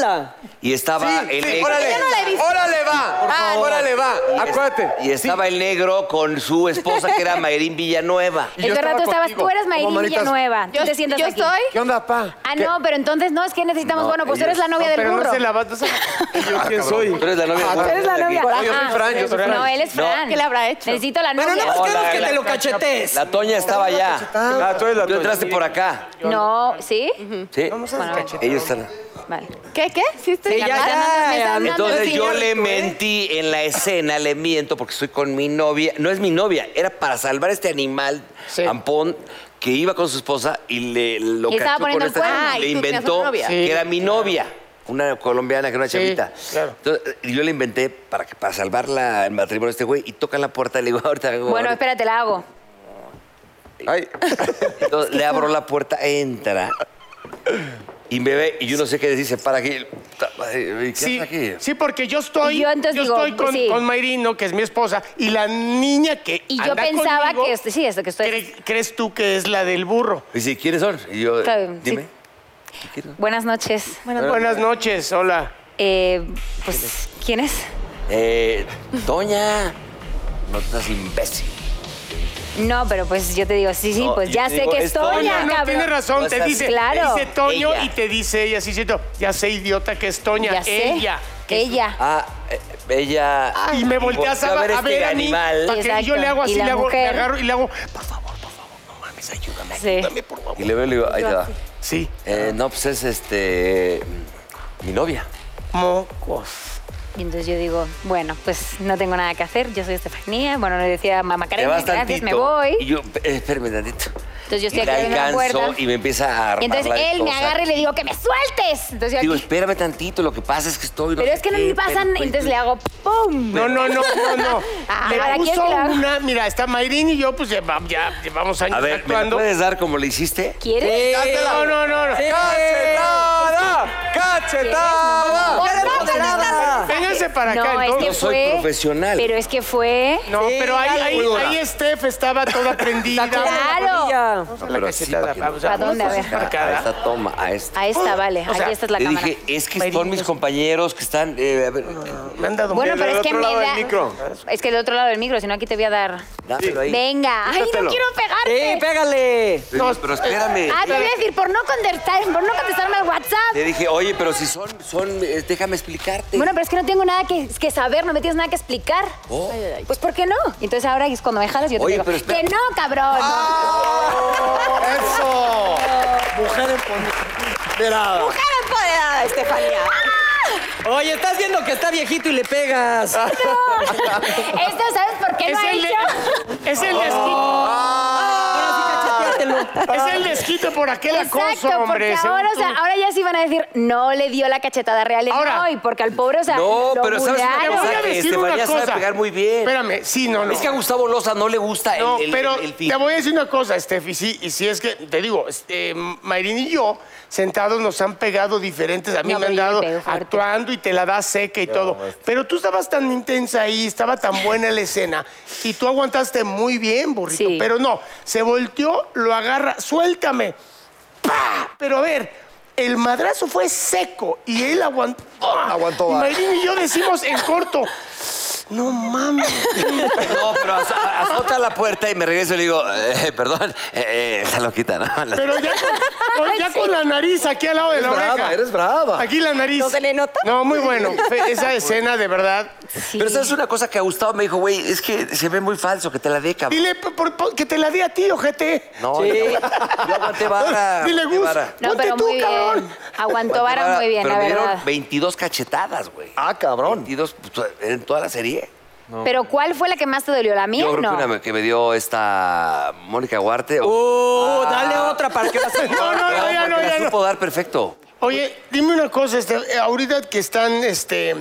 D: Y estaba el
C: Sí,
D: negro.
C: órale.
H: Yo no la he visto.
C: Órale va. órale va. Acuérdate.
D: Y estaba el negro con su esposa, que era Mayrín Villanueva.
C: Y yo
G: En todo el rato
C: estaba
G: estabas,
C: contigo,
G: tú eres Mayrín
F: como manitas-
G: Villanueva. Tú
H: Yo,
G: te sientas
H: yo
G: aquí.
H: estoy.
C: ¿Qué onda, pa?
G: Ah, no, pero entonces no, es que necesitamos, bueno, pues tú eres la novia del
E: Pero no
G: burro.
E: se la vas a...
C: ¿Yo quién soy?
D: Tú eres la novia.
G: Tú eres la novia.
C: yo soy
G: Ah,
C: Fran, yo soy Fran.
G: No, él es
D: No.
G: Fran.
H: ¿Qué le habrá hecho?
G: Necesito la novia.
B: Pero no más
D: Hola,
B: queremos Pues que
D: la-
B: te lo cachetees.
D: La Toña estaba allá.
C: Ah, tú eres la
D: Tú entraste por acá.
G: No, ¿sí?
D: Sí.
G: Bueno,
D: Ellos están.
G: vale.
H: ¿Qué, qué? Sí, estoy
B: Sí, ya,
H: llamada.
B: ya,
H: Me están
B: ya.
H: dando ¿eh?
D: Entonces yo
H: señal.
D: le mentí en la escena, le miento porque estoy con mi novia. No es mi novia, era para salvar a este animal ampón que iba con su esposa y le lo
G: Y estaba
D: cachó con
G: poniendo el
D: esta-
G: cuerno.
H: Ay,
D: le
H: tú tenías
D: inventó
H: una novia.
D: que era mi novia. Una colombiana que era una chavita.
E: claro.
D: Entonces, y yo le inventé para, que- para salvar la- el matrimonio de este güey y toca la puerta. Le digo, ahorita. hago-
G: Bueno,
D: ahorita".
G: espérate, la hago.
C: Ay.
D: Entonces, le abro la puerta, entra y me ve. Y yo no sé qué decir, se para aquí. ¿Qué
E: Sí,
D: hace aquí?
E: sí, porque yo estoy,
G: Y yo entonces digo,
E: estoy con,
G: sí.
E: con Mayrino, que es mi esposa, y la niña que
G: Y yo
E: anda
G: pensaba
E: conmigo,
G: que este- sí, esto que estoy.
E: cre- ¿Crees tú que es la del burro?
D: Y dice, ¿quiénes son? Y yo,
G: Está bien,
D: dime.
G: sí. Buenas noches.
E: Buenas noches, hola.
G: Eh, pues, ¿quién es?
D: Eh, Doña, no seas imbécil.
G: No, pero pues yo te digo, sí, sí,
D: No,
G: pues
D: yo
G: ya
D: te
G: sé
D: digo,
G: que
D: es
G: es Toña,
D: Toña.
E: No,
G: cabrón.
E: tienes razón,
D: O
E: te
D: sea,
E: dice,
G: claro.
E: te dice Toño
D: Pues Ella.
E: y te dice ella, sí, cierto. Ya sé, idiota, que es Toña.
G: Ya sé.
E: Ella. que es-
G: Ella.
D: Ah, eh, ella.
E: Y me volteas a, a
D: volteó
E: ver a,
D: este
E: mí,
D: animal
E: pa' que yo le hago
G: Exacto. Y
E: así,
G: la
E: le, hago, le
G: mujer.
E: agarro y le hago, por favor, por favor, no mames, ayúdame,
G: Sí.
E: ayúdame, por favor.
D: y le veo y le digo, ahí te va.
E: Sí.
D: Eh, no, pues es este. Mi novia.
E: Mocos.
G: Y entonces yo digo, bueno, pues no tengo nada que hacer, yo soy Estefanía, bueno, le decía mamá
D: Te
G: Karen,
D: vas
G: gracias,
D: tantito.
G: me voy.
D: Y yo, eh, espérame tantito.
G: Entonces yo estoy
D: Y la
G: aquí abriendo la
D: alcanzo
G: puerta.
D: y me empieza a armar
G: Y entonces
D: la de
G: él me
D: cosas.
G: agarra y le digo que me sueltes. Entonces yo
D: Digo,
G: aquí,
D: espérame tantito, lo que pasa es que estoy.
G: pero
D: sé
G: es que no
D: qué,
G: me pasan,
D: pero- pues,
G: entonces le hago ¡pum!
E: No, no, no, no, no.
G: Ah,
E: le
G: ¿para quién
E: puso
G: que la-
E: una, mira, está Mayrín y yo, pues ya, ya llevamos años
D: A ver, ¿me la
E: actuando.
D: puedes dar como le hiciste?
G: ¿Quieres?
E: No, no, no, no.
B: Sí.
C: ¡Cachetada! ¡Cachetada!
G: Por
B: Pues
G: favor,
B: Empoderada.
E: Vénganse para acá,
G: no, es
E: entonces.
G: que
D: Yo soy
G: fue,
D: profesional.
G: Pero es que fue...
E: No,
B: Sí,
E: pero ahí,
B: dale.
E: ahí,
B: Muy dura.
E: ahí Steph estaba toda prendida.
G: ¡Claro!
E: Vamos a
D: No,
E: la
D: pero sí,
E: cachetada,
D: ¿para qué?
E: vamos a-
G: ¿Para dónde? A ver.
E: vamos para acá,
D: A
E: ¿verdad?
D: esta toma, a esta.
G: Ahí está, vale.
E: Oh, O sea,
G: Aquí está la
D: le
G: cámara.
D: dije, es que son mis compañeros que están. eh, a ver,
E: Me han dado
G: Bueno,
C: Del
G: pero es que
C: otro
G: me
C: lado del
G: da-
C: micro.
G: Es que del otro lado del micro, si no aquí te voy a dar...
D: dáselo ahí.
G: Venga. ¡Ay,
C: Déjatelo.
G: no quiero
B: Sí,
G: pegarte!
B: pégale.
D: Le digo, pero espérame.
G: Ah, te voy a decir, por no contestar, por no contestarme al WhatsApp.
D: Le dije, oye, pero si son, son, eh, déjame explicarte.
G: Bueno, pero es que no tengo nada que, que saber, no me tienes nada que explicar.
D: Oh.
G: Pues, ¿por qué no? Entonces ahora es cuando me jalas, yo te
D: Oye,
G: digo,
D: pero espera. Ah.
G: que no, cabrón.
F: ¡Eso! Mujer empoderada.
H: Mujer empoderada, Estefanía.
B: Oye, estás viendo que está viejito y le pegas.
G: Esto, ¿sabes por qué no
E: Es
G: ha
E: el,
G: hecho?
E: es el desquite.
B: Ahora sí, cacheteate
E: duelo. Es el desquite por aquel
G: Exacto,
E: acoso, hombre.
G: porque
E: según
G: ahora, o
E: tú.
G: sea, ahora ya sí van a decir, no le dio la cachetada real en
E: Ahora.
G: hoy, porque al pobre, o sea,
D: No,
G: lo
D: pero ¿sabes una
E: Te voy a
D: cosa?
G: bulearon.
D: que
E: decir una
D: Estefanía sabe
E: cosa.
D: pegar muy bien.
E: Espérame, sí, no, no.
D: Es que a Gustavo Loza no le gusta el-
E: No,
D: el, el,
E: pero
D: el fin.
E: te voy a decir una cosa, Steffi, sí, y si es que, te digo, este, Mayrin y yo, sentados nos han pegado diferentes, a mí
G: No,
E: me han
G: pero yo
E: dado
G: le pego fuerte.
E: actuando y te la das seca y todo, pero tú estabas tan intensa ahí, estaba tan buena la escena, y tú aguantaste muy bien, burrito,
G: Sí.
E: pero no, se volteó, lo agarra, suéltame, ¡Pah! pero a ver... El madrazo fue seco y él aguantó.
F: Aguantó,
E: Y
F: va.
E: Mayrin y yo decimos en corto, no mames.
D: No, pero az- a- azota la puerta y me regreso y le digo, eh, perdón, eh, eh, está loquita, ¿no?
E: Pero ya, con, con- ya con la nariz aquí al lado de la
F: Eres brava,
E: oreja.
F: eres brava.
E: Aquí la nariz.
H: ¿No se le nota?
E: No, muy bueno. Fe- Esa escena, de verdad.
D: Pero ¿sabes una cosa que a Gustavo me dijo, güey? Es que se ve muy falso que te la dé, cabrón.
E: Dile p- por- por- que te la di a ti, ojete.
D: No,
B: Sí.
D: yo, yo aguanté vara.
E: Dile,
D: aguanté
E: Gus.
D: vara.
G: No,
E: Ponte
G: pero
E: tú,
G: muy
E: cabrón.
G: bien. Aguantó vara muy bien,
D: Pero
G: la
D: me dieron
G: verdad.
D: 22 cachetadas, güey.
F: Ah, cabrón.
D: 22 pues, en toda la serie.
G: Pero ¿cuál fue la que más te dolió? ¿La mía
D: Yo
G: o
D: creo
G: no?
D: que una me- que me dio esta Mónica Huarte.
B: ¡Uh! Dale otra para que la
E: Uh, No, no, no, ya no,
D: me la
E: ya no.
D: supo dar perfecto.
E: Oye, dime una cosa, este, eh, ahorita que están, este.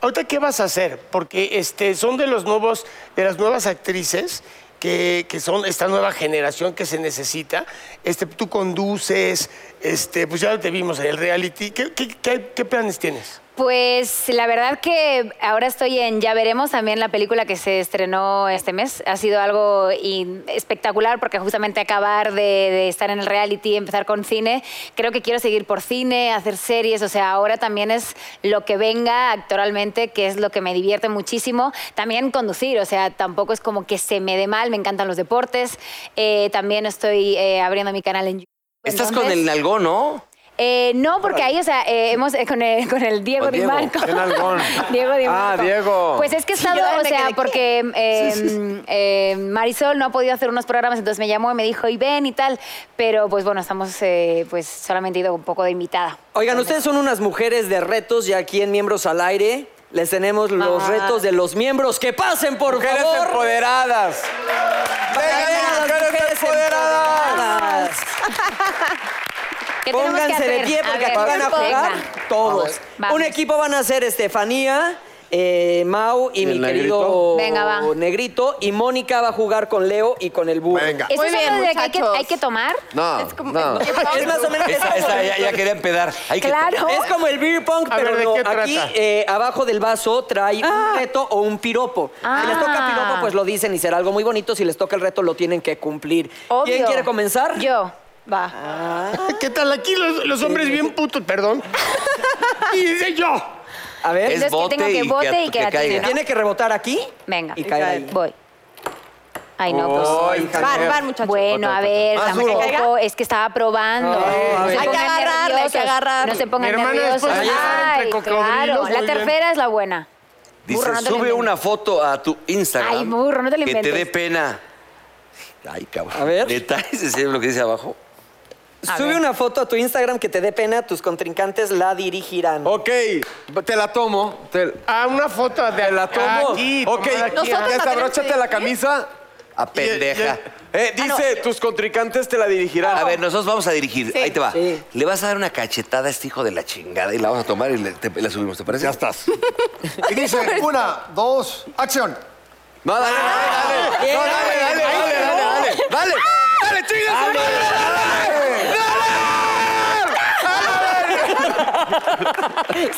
E: Ahorita, ¿qué vas a hacer? Porque este, son de los nuevos, de las nuevas actrices que, que son esta nueva generación que se necesita. Este, tú conduces, este, pues ya te vimos en el reality. ¿Qué- qué- qué- qué planes tienes?
G: Pues la verdad que ahora estoy en Ya Veremos, también la película que se estrenó este mes. Ha sido algo in- espectacular porque justamente acabar de, de estar en el reality, empezar con cine, creo que quiero seguir por cine, hacer series, o sea, ahora también es lo que venga actoralmente, que es lo que me divierte muchísimo. También conducir, o sea, tampoco es como que se me dé mal, me encantan los deportes. Eh, también estoy eh, abriendo mi canal en YouTube.
D: Estás con
G: Entonces-
D: el nalgón, ¿no?
G: eh, no, porque ahí, o sea, eh, hemos eh, con, el, con el Diego
D: Con
G: Di
D: Diego.
G: Marco.
C: El algón.
G: Diego Di
C: Ah,
G: Marco.
C: Diego.
G: Pues es que he
H: Sí, yo
G: estado, o
H: me
G: sea,
H: quedé,
G: porque eh, eh, Marisol no ha podido hacer unos programas, entonces me llamó y me dijo, y ven y tal. Pero pues bueno, estamos, eh, pues solamente he ido un poco de invitada.
B: Oigan, ustedes son unas mujeres de retos y aquí en Miembros al Aire les tenemos los
G: Ah.
B: retos de los miembros. ¡Que pasen, por
C: Mujeres
B: favor!
C: empoderadas.
B: Vengan
C: Vengan,
B: las
C: mujeres empoderadas.
B: empoderadas.
G: ¿Qué tenemos que
B: Pónganse de
G: hacer?
B: pie
G: A
B: porque
G: ver,
B: aquí van a
G: tiempo.
B: jugar
G: Venga.
B: todos.
G: Vamos, vamos.
B: Un equipo van a ser Estefanía, eh, Mau y, mi
C: el
B: querido
C: negrito?
G: Venga, va.
B: negrito. Y Mónica va a jugar con Leo y con el búho.
F: Venga.
G: ¿Eso
H: Muy
G: es
H: bien,
G: algo de que hay que,
H: muchachos.
G: hay que tomar?
C: No,
H: Es como-
C: no.
B: Es más o menos es
D: Esa,
B: como-
D: esa ya, ya quería empedar. Hay que-
G: Claro.
B: Es como el beer pong,
E: A
B: pero
E: ver, ¿de
B: no.
E: qué
B: Aquí,
E: trata?
B: eh, abajo del vaso, trae un reto o un piropo. Si les toca
G: Ah.
B: piropo, pues lo dicen y será algo muy bonito. Si les toca el reto, lo tienen que cumplir. ¿Quién
G: Obvio.
B: quiere comenzar?
G: Yo.
H: Va.
E: ¿Qué tal aquí los, los hombres bien putos? Perdón. Y dice yo.
B: A ver.
D: Es
G: Entonces, que
D: bote
G: tengo que
D: y
G: bote
D: que-
G: y que,
D: que
G: la tiene,
D: caiga.
G: ¿no?
B: Tiene que rebotar aquí.
G: Venga.
B: Y caer ahí.
G: Voy. Ay, no, pues.
C: Oh,
B: Ay,
C: hija
B: Van,
C: mía.
H: van, muchachos.
G: Bueno, a ver,
C: Más
G: tampoco,
H: duro.
G: es que estaba probando.
B: No, a
G: No se
B: ver. Hay que
G: pongan
H: agarrarle, hay que
G: nerviosos,
H: agarrarle.
G: No se
E: Mi
G: pongan
E: hermana
G: nerviosos.
E: después de llegar
G: Ay,
E: entre
G: claro,
E: cocodrilos,
G: la
E: muy bien.
G: tercera es la buena.
D: Dice,
G: Burro, no te lo
D: sube
G: inventes.
D: una foto a tu Instagram.
G: Ay, burro, no te lo
D: Que te
G: inventes.
D: dé pena. Ay, cabrón.
B: A ver.
D: ¿Detalles es lo que dice abajo?
G: A
B: Sube
G: ver.
B: una foto a tu Instagram que te dé pena, tus contrincantes la dirigirán.
C: Ok, te la tomo. Te,
E: Ah, una foto de
C: te la tomo.
E: Aquí,
C: ok,
E: tomada aquí.
H: Nosotros la
C: desabróchate
H: tenemos
C: la camisa.
D: A pendeja.
C: Eh, dice, tus contrincantes te la dirigirán.
D: Ah, A ver, nosotros vamos a dirigir. Ahí te va.
B: Sí.
D: Le vas a dar una cachetada a este hijo de la chingada y la vamos a tomar y le- te- la subimos, ¿te parece? Ya estás.
F: Y dice, una, dos, acción.
C: No, dale, dale, dale. No, dale, dale, dale, dale, dale. Dale, dale, chingas. Dale,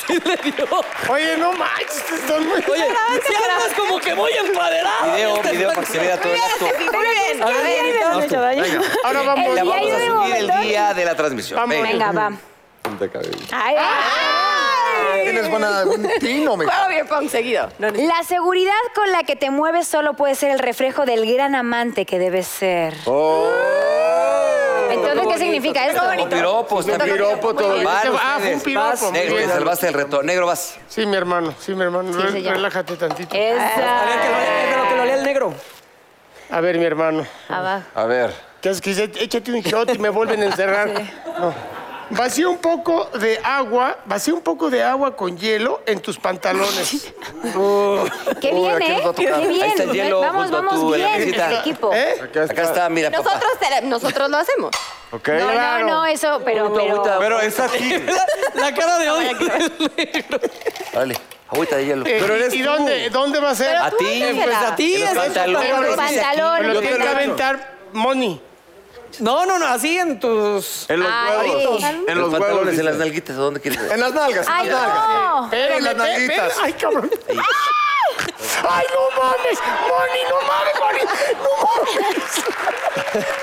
B: Sí le dio.
E: Oye, no manches, están muy...
B: Oye, si andas como que muy empaderado.
D: Video,
B: Este-
D: video para que se vea todo el acto.
H: Muy bien.
B: A ver, Dianita.
E: Ahora vamos.
G: El
D: La
G: día
D: vamos
G: y
D: a
G: un
D: subir el
G: momento.
D: día de la transmisión.
E: Vamos.
D: Venga.
G: Venga, va. Ay, ay.
F: Tienes buena, buen tino, mijo.
H: Juego bien pong seguido. No, no.
G: La seguridad con la que te mueves solo puede ser el reflejo del gran amante que debes ser. Entonces, ¿qué significa esto?
D: Con piropos
H: Con
D: también.
H: piropo, todo.
D: Van
E: Ese- ah,
D: ustedes.
E: fue un piropo,
D: Vas,
E: muy
D: Negro, te
E: bien.
D: salvaste el reto. Negro, vas.
E: Sí, mi hermano, sí, mi hermano.
G: Sí, Eh.
E: Re-
G: señor.
E: Relájate tantito.
B: A ver, que lo lea, que lo-
G: Esa.
B: que lo lea el negro.
E: A ver, mi hermano.
G: Abajo.
C: A ver.
E: ¿Qué haces? Que dice, échate un shot y me vuelven a encerrar. No. Vacía un poco de agua, vacía un poco de agua con hielo en tus pantalones.
G: Qué
F: Uy,
G: bien,
F: aquí
G: ¿eh?
F: nos va a
G: Qué
F: tocar.
G: bien.
D: Ahí está el hielo
G: vamos,
D: junto a
G: vamos
D: tu
G: bien,
D: heladita.
G: el equipo.
E: ¿Eh?
D: Acá está, mira, papá.
H: Nosotros, te- nosotros lo hacemos.
C: ¿Ok?
G: No, no, no, eso, pero...
D: Tú
G: pero-
D: agüita,
C: Pero es así.
B: La cara
G: Ah,
B: de hoy.
D: Órale, agüita de hielo.
E: Eh,
C: Pero eres
E: ¿Y
C: tú.
E: dónde, dónde va a ser?
D: A ti.
H: Pero tú
D: Pues
B: a ti,
D: En los
B: es
D: pantalones.
G: en los
D: Dice aquí.
G: pantalones.
E: Lo
G: Yo
E: tiene
G: te
E: que
G: lo-
E: aventar Money.
B: No, no, no, así en tus...
C: En los
G: Ay.
C: huevos. En los huevos.
D: pantalones,
C: dice.
D: en las nalguitas, ¿a dónde quieres?
F: En las nalgas.
E: Eh,
G: ¡Ay, no!
H: Eh,
E: Pero
F: las
E: le pe- pe-
F: nalguitas.
E: Ay, cabrón. Ay, no mames, Moni, no mames, Moni, no mames.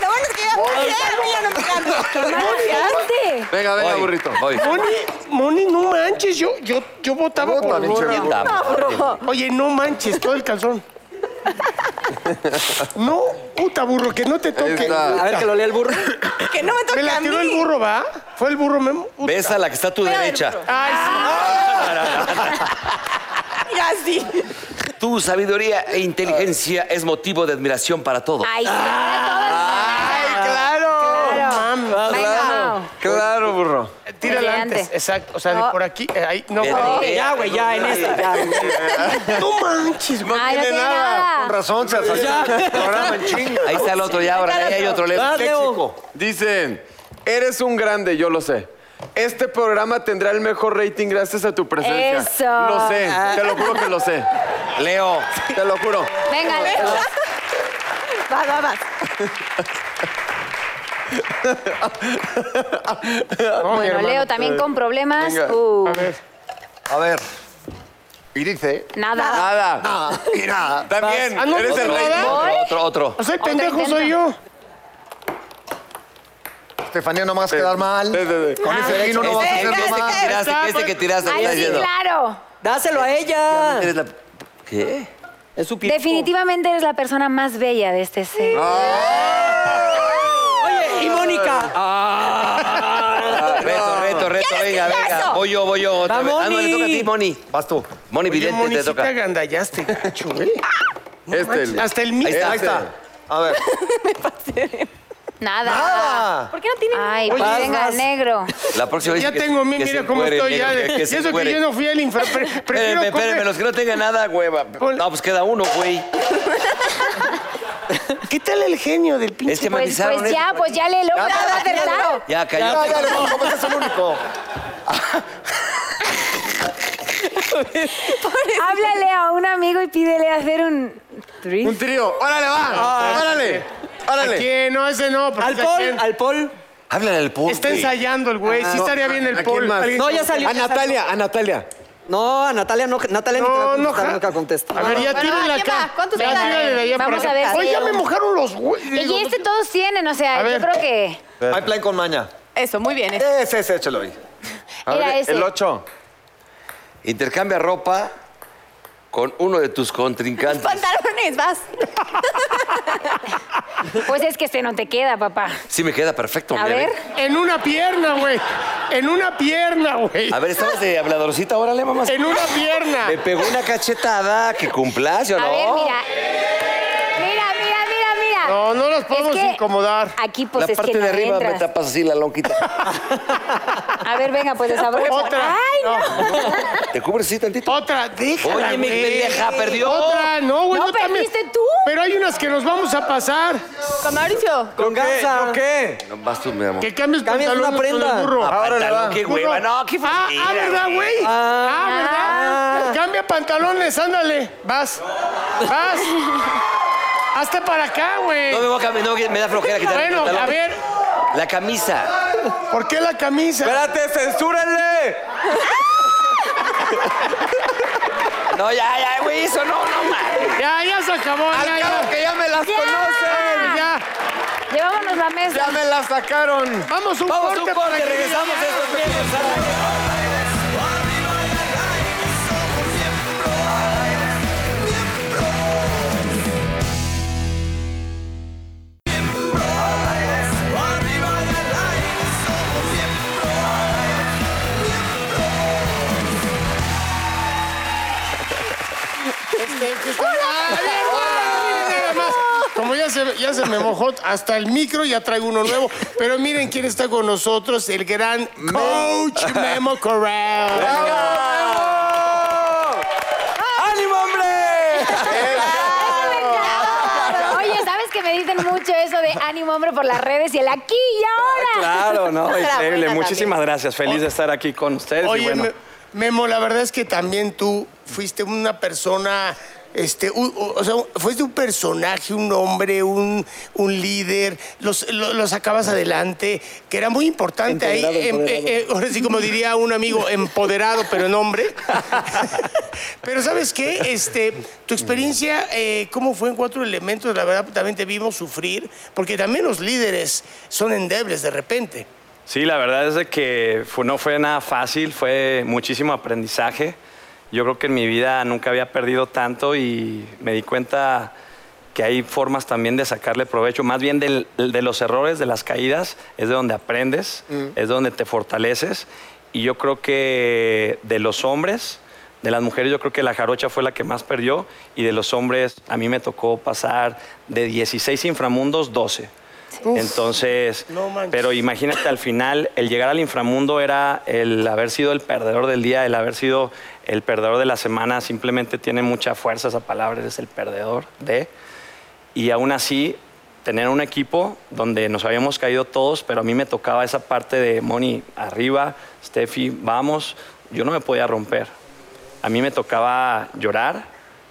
H: Lo bueno es que yo ya
E: Oye,
H: ya no me
G: ¡Qué
H: canto.
G: mala gente!
C: Venga, venga,
D: Voy,
C: burrito.
D: Voy.
E: Moni, Moni, no manches, yo, yo, yo votaba
F: Bota,
E: por
F: pinche
E: Borra.
F: burro.
E: Oye, no manches, todo el calzón. No, puta burro, que no te toque.
B: A ver que lo lea el burro.
H: Que no me
E: Me
H: toque
E: la
H: a
E: tiró el
H: mí.
E: burro, ¿va? ¿Fue el burro Memo? Puta.
D: Ves a la que está a tu
H: Pero,
D: derecha.
H: pero-
E: Ay,
H: Mira, sí.
D: Tu sabiduría e inteligencia es motivo de admiración para todos.
G: ¡Ay, sí!
E: claro. Mames.
G: Claro.
C: Claro, burro.
E: Tírala
G: Adelante.
E: antes. Exacto, o sea, de por aquí. eh, ahí, no,
D: Ve,
E: pero-
D: ve.
B: Ya, güey, ya, en esta, ya.
E: No manches, güey.
G: ¡Ay, no tiene nada!
F: Con razón, se Ahora me chinga.
D: Ahí está el otro ya, ahora ahí hay otro leo.
B: Vas, Leo.
C: Dicen, eres un grande, yo lo sé. Este programa tendrá el mejor rating gracias a tu presencia.
G: Eso.
C: Lo sé, te lo juro que lo sé.
D: Leo.
C: Te lo juro.
G: Venga, Leo.
H: Va, va, va.
G: Bueno, Leo también con problemas. Uh,
F: A ver. Y dice.
D: Ah,
G: nada.
C: Nada.
F: Y nada.
C: También,
E: Ah, no,
C: eres el
E: no,
C: rey.
E: no,
G: ¿Voy?
D: Otro, otro.
E: O sea, el
G: Otro
E: pendejo soy yo.
F: Estefanía, no me hagas quedar mal.
C: Sí, sí, sí.
F: Con ese vino no vas a
D: Este,
F: hacer
D: este que
F: nomás.
D: tiraste, que este que tiraste, me
G: pues. ¡Ay,
D: está
G: sí,
D: diciendo.
G: claro!
B: Dáselo a ella.
D: Eres la- ¿Qué?
B: Es su pico.
G: Definitivamente eres la persona más bella de este set.
B: Oye, y Mónica.
E: Ah,
D: Ah, Reto, reto, reto, venga, venga. Voy yo, voy yo. Otra
B: Va,
D: vez. Ah, no, le toca a
B: Moni.
D: ti, Moni. Vas tú. Moni
E: Oye,
D: Vidente, te
E: Monicita,
D: toca.
E: agandallaste, gacho, güey. No
C: Este,
E: manches,
C: el-
E: Hasta el mío.
D: está.
F: Ahí está. A ver.
G: Nada.
F: ¡Nada!
H: ¿Por qué no tiene
G: Ay, pues
E: Oye,
G: venga,
E: vas.
G: negro.
D: La próxima vez
E: Ya
D: que-
E: tengo mi,
D: que se
E: mira cómo
D: encuere,
E: estoy ya.
D: negro,
E: de-
D: que
E: y
D: se
E: eso que
D: encuere.
E: yo no fui al infra... pre- Prefiero
D: Espérenme, espérenme,
E: comer-
D: los que no tengan nada, hueva.
E: Pon-
D: No, pues queda uno, güey.
E: ¿Qué tal el genio del pinche?
D: Es que me
G: Pues,
D: avisaron.
G: pues
D: ¿eh?
G: ya, pues ya, Lelo.
F: Ya,
G: Claro.
D: Ya,
F: Ya,
D: cayó.
F: ya, no, ¿cómo es el único?
G: Háblale a un amigo y pídele hacer un...
F: Un trío. ¡Órale,
D: Ah,
F: va! ¡Órale!
E: ¿A
F: ¡Órale!
E: quién? No, ese no. porque
B: Al
E: está
B: Paul,
E: bien.
B: al Paul.
D: Háblale al público.
E: Está ensayando el güey. Sí
C: No,
E: estaría
C: ¿a-
E: bien
C: a
E: el
C: quién
E: Paul.
C: más?
E: Alguien-
B: No, ya salió.
C: A
B: ya salió.
C: Natalia, a Natalia.
B: No, a Natalia no, Natalia ni te va a
E: No, no,
B: contestar,
E: ja-
B: nunca contesta.
E: A ver, ya
H: Bueno,
E: tírenla
H: ¿quién
E: acá.
H: va? ¿Cuántos
E: Ya
H: quedan?
E: tírale de allá para
G: Vamos a
E: acá.
G: ver si
E: Oye, ya
G: hay
E: me
G: uno.
E: mojaron los güeyes.
G: Y
E: Digo, pues,
G: este todos tienen, o sea,
E: A
G: yo
E: ver.
G: creo que
F: Hay plan con maña.
H: Eso, muy bien. eso.
F: Ese, ese, échalo ahí.
C: A ver,
G: era ese.
C: El 8.
D: Intercambia ropa con uno de tus contrincantes.
H: Pantalones, vas.
G: Pues es que este no te queda, papá.
D: Sí, me queda perfecto.
G: A
D: mira,
G: ver.
E: En una pierna, güey. En una pierna, güey.
D: A ver, ¿estabas de habladorcita? Órale, mamá.
E: En una
D: Me
E: pierna.
D: pegó una cachetada que cumplas, ¿o no?
G: A ver, mira. Mira, mira, mira, mira.
E: No, no los podemos
G: Es que
E: incomodar.
G: Aquí, pues,
D: la
G: es
D: parte
G: que no
D: de arriba me
G: entras.
D: tapas así la lonquita.
G: A ver, venga, pues, desabrocha.
E: Otra.
G: ¡Ay, no!
D: ¿Te cubres así tantito?
E: Otra, déjala,
D: Oye, mi
E: güey.
D: pendeja, perdió.
E: Otra, no, güey.
G: No,
E: yo también.
G: perdiste tú.
E: Pero hay unas que nos vamos a pasar.
H: Con Mauricio.
B: Con Garza.
C: ¿Qué?
D: No, vas tú, mi amor.
E: Que cambies
B: Cambias una
E: pantalones con
B: prenda.
E: el burro.
D: Ah,
E: Ahora
D: pantalón,
E: le va.
D: qué hueva. No, qué
E: Ah,
D: flojera,
E: ah, ¿verdad,
D: güey?
E: güey? Ah,
G: Ah.
E: ¿verdad? Cambia pantalones, ándale. Vas. Vas. Hazte para acá, güey.
D: No me voy a cambiar, no, que me da flojera quitar el
E: Bueno,
D: pantalón.
E: a ver,
D: La camisa.
E: ¿por qué la camisa?
C: Espérate, censúrenle.
D: No, ya, ya, güey, eso no, no, man.
E: Ya, ya se acabó.
C: Al
E: Ya,
C: cabo
E: ya.
C: que ya me las
G: Ya.
C: conocen.
E: Ya.
G: Llevámonos la mesa.
C: Ya me las sacaron.
E: Vamos a un
B: Vamos a
E: corte
B: un
E: para
B: corte,
E: que
B: regresamos
E: digan-
B: a estos premios.
E: Ay, nada más. Como ya se Bueno, ya se me mojó hasta el micro, ya traigo uno nuevo. Pero miren quién está con nosotros, el gran Coach Memo Corral.
D: ¡Ánimo, hombre!
G: Oye, ¿sabes que me dicen mucho eso de ánimo hombre por las redes y el aquí y ahora?
I: Claro, no,
H: Otra
I: increíble.
H: buena
I: Muchísimas gracias. Feliz de estar aquí con ustedes. y
E: Oye,
I: bueno,
E: Me- Memo, la verdad es que también tú fuiste una persona, este, u- u- o sea, fuiste un personaje, un hombre, un, un líder, los, lo- lo sacabas adelante, que era muy importante ahí.
B: Empoderado,
E: em-
B: empoderado.
E: eh, eh, ahora sí, como diría un amigo, empoderado, pero en hombre. pero ¿sabes qué? Este, tu experiencia, eh, ¿cómo fue en Cuatro Elementos? La verdad, también te vimos sufrir, porque también los líderes son endebles de repente.
I: Sí, la verdad es de que fue- no fue nada fácil, fue muchísimo aprendizaje. Yo creo que en mi vida nunca había perdido tanto y me di cuenta que hay formas también de sacarle provecho, más bien del- de los errores, de las caídas, es de donde aprendes, es donde te fortaleces. Y yo creo que de los hombres, de las mujeres, yo creo que la jarocha fue la que más perdió y de los hombres a mí me tocó pasar de 16 inframundos 12. Entonces,
E: No manches.
I: pero imagínate al final, el llegar al inframundo era el haber sido el perdedor del día, el haber sido el perdedor de la semana, simplemente tiene mucha fuerza esa palabra, eres el perdedor de. Y aún así, tener un equipo donde nos habíamos caído todos, pero a mí me tocaba esa parte de Moni, arriba, Steffi, vamos, yo no me podía romper. A mí me tocaba llorar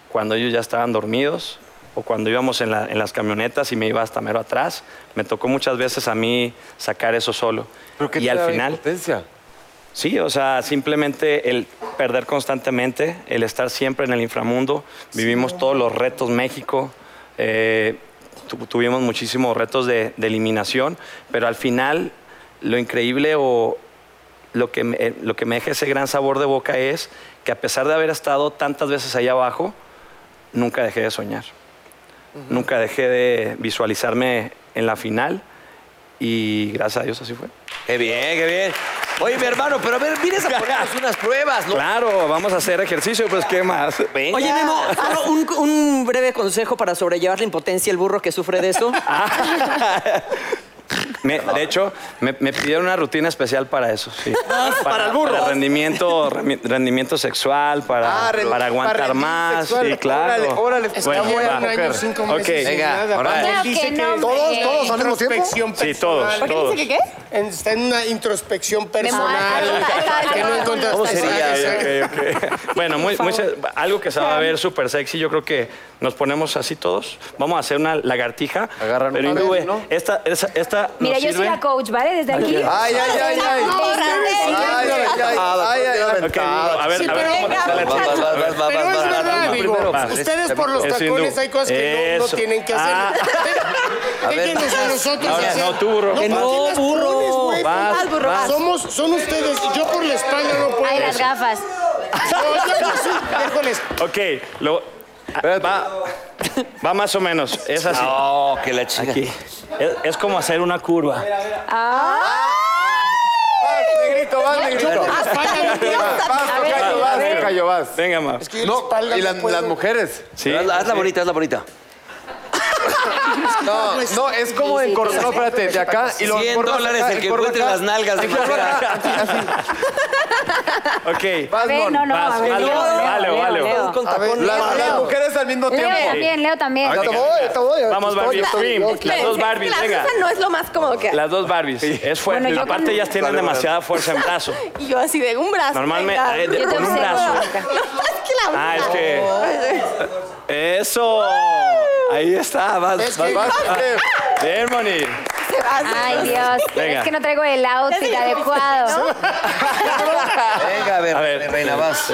I: cuando ellos ya estaban dormidos o cuando íbamos en, la- en las camionetas y me iba hasta mero atrás. Me tocó muchas veces a mí sacar eso solo. y al final,
C: Potencia.
I: sí, o sea, simplemente el perder constantemente, el estar siempre en el inframundo. Vivimos todos los retos México. eh, tu- tuvimos muchísimos retos de, de eliminación, pero al final lo increíble o, lo que, me, eh, lo que me deja ese gran sabor de boca es que a pesar de haber estado tantas veces allá abajo, nunca dejé de soñar. Nunca dejé de visualizarme en la final y gracias a Dios así fue.
D: ¡Qué bien, qué bien! Oye, mi hermano, pero a ver, vienes a ponernos unas pruebas, ¿no?
I: Claro, vamos a hacer ejercicio, pues ¿qué más?
D: Venga.
B: Oye, Memo, solo un, un breve consejo para sobrellevar la impotencia y el burro que sufre de eso.
I: Ah, Me- de hecho, me, me pidieron una rutina especial para eso, sí. Para, el burro. Para rendimiento, remi- rendimiento sexual, para,
C: Ah, rendi-
I: para aguantar
C: para rendir
I: más,
C: sexual.
I: sí, claro.
C: Órale, órale,
I: Bueno,
C: está
E: Bueno,
I: va.
E: un año, cinco
I: Ok.
E: meses. sin
D: Venga,
E: nada.
D: ahora.
E: Cuando
G: Claro
E: él dice
G: que no,
E: es
G: ¿Todos- hombre.
F: al
G: todos
F: mismo tiempo?
E: introspección
I: Sí,
E: personal.
I: todos, todos.
H: ¿Dice que qué?
E: En- Está en una introspección personal.
H: Memoria.
E: que no encuentras
D: ¿Cómo sería?
E: personajes.
I: Ok, ok, ok. Bueno, muy, muy se- algo que se va a ver súper sexy. Yo creo que nos ponemos así todos. Vamos a hacer una lagartija.
C: Agarran
I: pero
C: un
I: hindú,
C: papel, ¿no?
I: Esta, esta, esta nos
G: Mira, yo soy
I: sirve.
G: la coach, ¿vale? Desde aquí.
F: Ay, ay, ay, ay. Ay, ay, ay, ay, ay, ay,
I: Ah, Ok, a ver,
E: Sí,
I: a ver,
E: pero
I: vamos a hacer la
D: Vas, vas, vas, vas, vas,
E: Pero
D: vas,
E: es
D: vas, vas,
E: verdad,
D: vas,
E: digo,
D: primero, vas.
E: ustedes por los
I: Es
E: tacones
I: hindú.
E: hay cosas que no- no,
I: Eso.
E: tienen que hacer.
I: Ah.
D: A ver.
E: Déjenos a nosotros
I: Ahora,
E: hacer.
I: no, tú, burro.
E: No,
I: Que
E: no
I: no,
E: tienes
B: burro.
E: burrones, güey.
I: Vas,
E: Vas, burro,
I: vas.
E: Somos, son ustedes. Yo por la espalda no puedo.
G: Ay, las gafas.
E: No, yo no soy- Híjoles.
I: Ok, lo- va, va más o menos. Es así.
D: No, que la chica.
I: Aquí. Es, es como hacer una curva.
C: Negrito, vas,
E: Yo
C: negrito.
E: por la espalda no puedo.
C: Vas,
G: A ver,
C: tocayo,
G: a
C: vas,
G: ver.
C: tocayo, vas.
I: Venga, más.
E: Yo
C: No,
E: espalda
C: y
E: no
C: las-
E: puedo.
C: las mujeres.
I: Sí.
D: hazla, hazla bonita, hazla bonita.
C: No, no, es como en corto. No, espérate, de acá y lo
D: 100 dólares el que encuentre las nalgas de mujer.
I: Ok.
G: A
C: Vas,
G: ver,
C: Mon.
G: no, no,
I: vas,
G: a ver.
I: vale,
G: Leo,
I: vale, vale,
G: Leo,
I: vale.
G: Leo.
B: Con tacones.
C: Las las mujeres al mismo
G: Leo
C: tiempo.
G: también, Leo también.
F: Ya te voy, ya te voy.
I: Vamos, Barbie. Pim, Las dos Barbies,
H: La
I: venga.
H: Susan no es lo más cómodo que hay.
I: Las dos Barbies. Es fuerte.
G: Bueno, yo
I: Aparte,
G: con-
I: ellas tienen demasiada fuerza en brazo.
H: Y yo así de un brazo.
I: Normalmente,
H: venga.
I: eh, de-
G: Yo te
I: con un
G: observo.
I: brazo.
H: Es que la
I: Ah, es que. Eso. Ahí está. Vas, vas, vas. Bien, Moni.
H: se va así.
G: Ay, Dios.
I: Venga.
G: Es que no traigo el outfit adecuado.
D: Venga, a ver,
I: A ver.
D: reina, vas.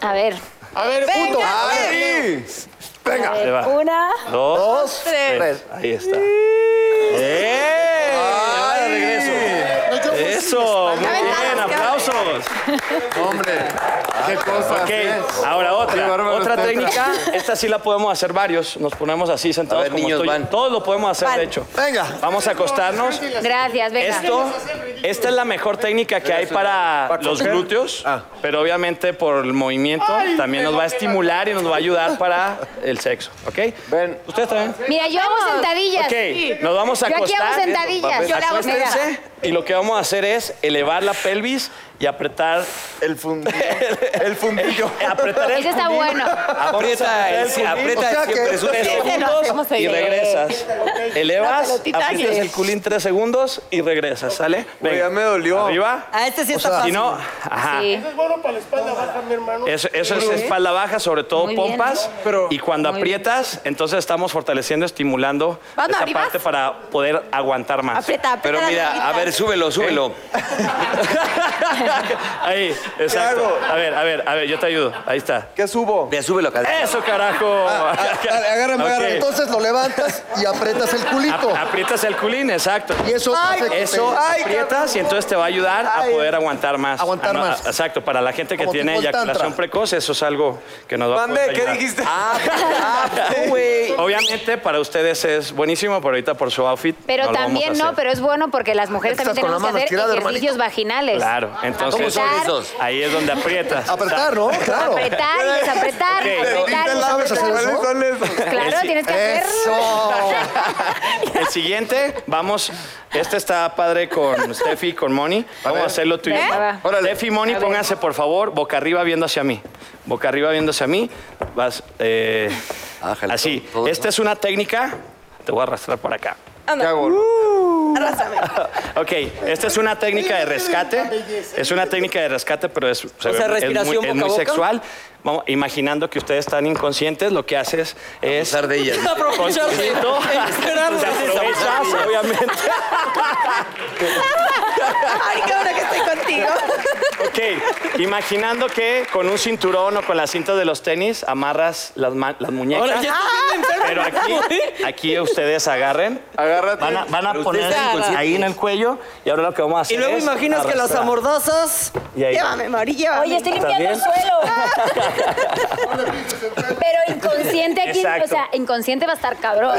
G: A ver.
E: A ver, puto.
G: a ver,
I: va.
G: Una.
I: Dos.
H: Tres.
I: Ahí está. ¡Eh! Ahora de regreso.
E: No, yo por
I: Eso, muy bien,
H: ventanas, qué
I: aplausos.
C: Hombre, qué cosas.
I: Ok,
C: ¿eh?
I: ahora
C: Qué
I: otra.
C: bárbaro
I: Otra
C: está
I: técnica, esta sí la podemos hacer varios. Nos ponemos así
D: A
I: sentados
D: ver,
I: como
D: niños,
I: estoy.
D: van.
I: Todos lo podemos hacer,
H: Van.
I: de hecho.
F: Venga.
I: Vamos a acostarnos.
G: Gracias, venga.
I: Esto Esta es la mejor técnica que hay para los glúteos, pero obviamente por el movimiento también nos va a estimular y nos va a ayudar para el sexo, ¿ok?
C: Ven.
I: Ustedes también.
G: Mira, yo hago sentadillas.
I: Ok, nos vamos a
G: Yo aquí hago
I: acostar.
G: sentadillas. Yo la hago
I: Acuéstense y lo que vamos a hacer es elevar la pelvis y apretar eh,
C: El fundillo. El fundillo.
I: apretar el
G: Ese está
I: culín.
G: bueno.
D: Aprieta el,
I: Vamos a apretar el
D: aprieta
F: O sea
D: siempre
F: que-
D: su
I: tres segundos y regresas. Elevas,
H: pelotita
I: aprietas
H: que-
I: el culín tres segundos y regresas, ¿sale?
C: Güey, ya me dolió.
I: Arriba.
B: Ah, este sí está
I: Si
B: fácil.
I: no, ajá.
G: Sí.
E: Es bueno para la espalda baja, mi hermano.
I: Eso, eso es espalda baja, sobre todo
G: Muy bien.
I: pompas.
C: Pero-
I: y cuando
G: Muy
I: aprietas, entonces estamos fortaleciendo, estimulando
H: Vamos,
I: esta
H: arriba.
I: parte para poder aguantar más.
H: Aprieta, aprieta.
D: Pero
H: la
D: mira,
H: nalguita.
D: a ver, súbelo, súbelo.
I: Ahí, exacto.
C: hago?
I: A ver, a ver, a ver, yo te ayudo. Ahí está.
C: ¿Qué subo?
D: Mira, súbelo acá.
I: ¡Eso, carajo!
E: Ah.
F: Ah, Dale, agárrame,
I: Ok.
F: agárrame. Entonces lo levantas y aprietas el culito.
I: Ap- aprietas el culín, exacto.
F: Y eso hace que
I: Eso
F: te-
I: aprietas y entonces te este va a ayudar a poder aguantar más.
F: Aguantar
I: Ah, no,
F: más.
I: a- Exacto, para la gente que
F: Como
I: tiene
F: tipo el
I: eyaculación
F: tantra.
I: precoz, eso es algo que nos va a
C: Mande,
I: poder
C: ¿qué
I: ayudar.
C: dijiste?
B: Ah,
I: Obviamente para ustedes es buenísimo, pero ahorita por su outfit.
G: Pero
I: no lo vamos a
G: también no,
I: hacer.
G: pero es bueno porque las mujeres
F: Estás
G: también
F: con la
G: tenemos
F: mano
G: que hacer
F: estirada,
G: ejercicios vaginales.
I: Claro,
D: ¿Cómo
I: entonces
D: son
G: Apretar.
D: esos?
I: ahí es donde aprietas.
F: Apretar, ¿no? Claro.
G: Apretar y desapretar,
I: Ok.
G: apretar y
F: ¿Tú sabes hacer
G: desapretar.
F: eso?
C: ¿Cuáles son esos?
G: Claro, tienes que hacerlo.
F: Eso.
I: El siguiente, vamos, este está padre con Steffi, con Moni. Vamos a hacerlo tú y yo.
G: ¿Eh? Va.
I: Órale. Steffi, Moni, pónganse por favor boca arriba viendo hacia mí. Boca arriba viendo hacia mí. Vas, eh,
D: Ájale,
I: así.
D: todo, todo,
I: Esta
D: ¿no?
I: es una técnica. Te voy a arrastrar por acá.
C: ¿Qué hago?
I: Ok, esta es una técnica de rescate. Es una técnica de rescate, pero es, se ve-
B: sea,
I: es muy, es
B: respiración boca a
I: muy
B: boca.
I: sexual. Vamos, imaginando que ustedes están inconscientes, lo que haces es...
D: Usar de ellas.
B: Aprovechar-
I: Concierto.
B: Esperamos.
I: Te aprovechas, obviamente.
H: Ay, qué bueno que estoy contigo.
I: Ok, imaginando que con un cinturón o con las cintas de los tenis amarras las, ma- las muñecas.
B: Ahora ya estoy bien
I: Pero
B: enfermo.
I: aquí, aquí ustedes agarren.
C: Agárrate.
I: Van a, van a
D: Pero
I: poner
D: ustedes están inconscientes.
I: ahí en el cuello y ahora lo que vamos a hacer
B: Y luego
I: es
B: imaginas que las
I: arrastrar.
B: amordazas.
I: Y ahí.
H: Llévame, Mari, llévame.
G: Oye, estoy limpiando el suelo. Pero inconsciente aquí,
I: Exacto.
G: o sea, inconsciente va a estar cabrón.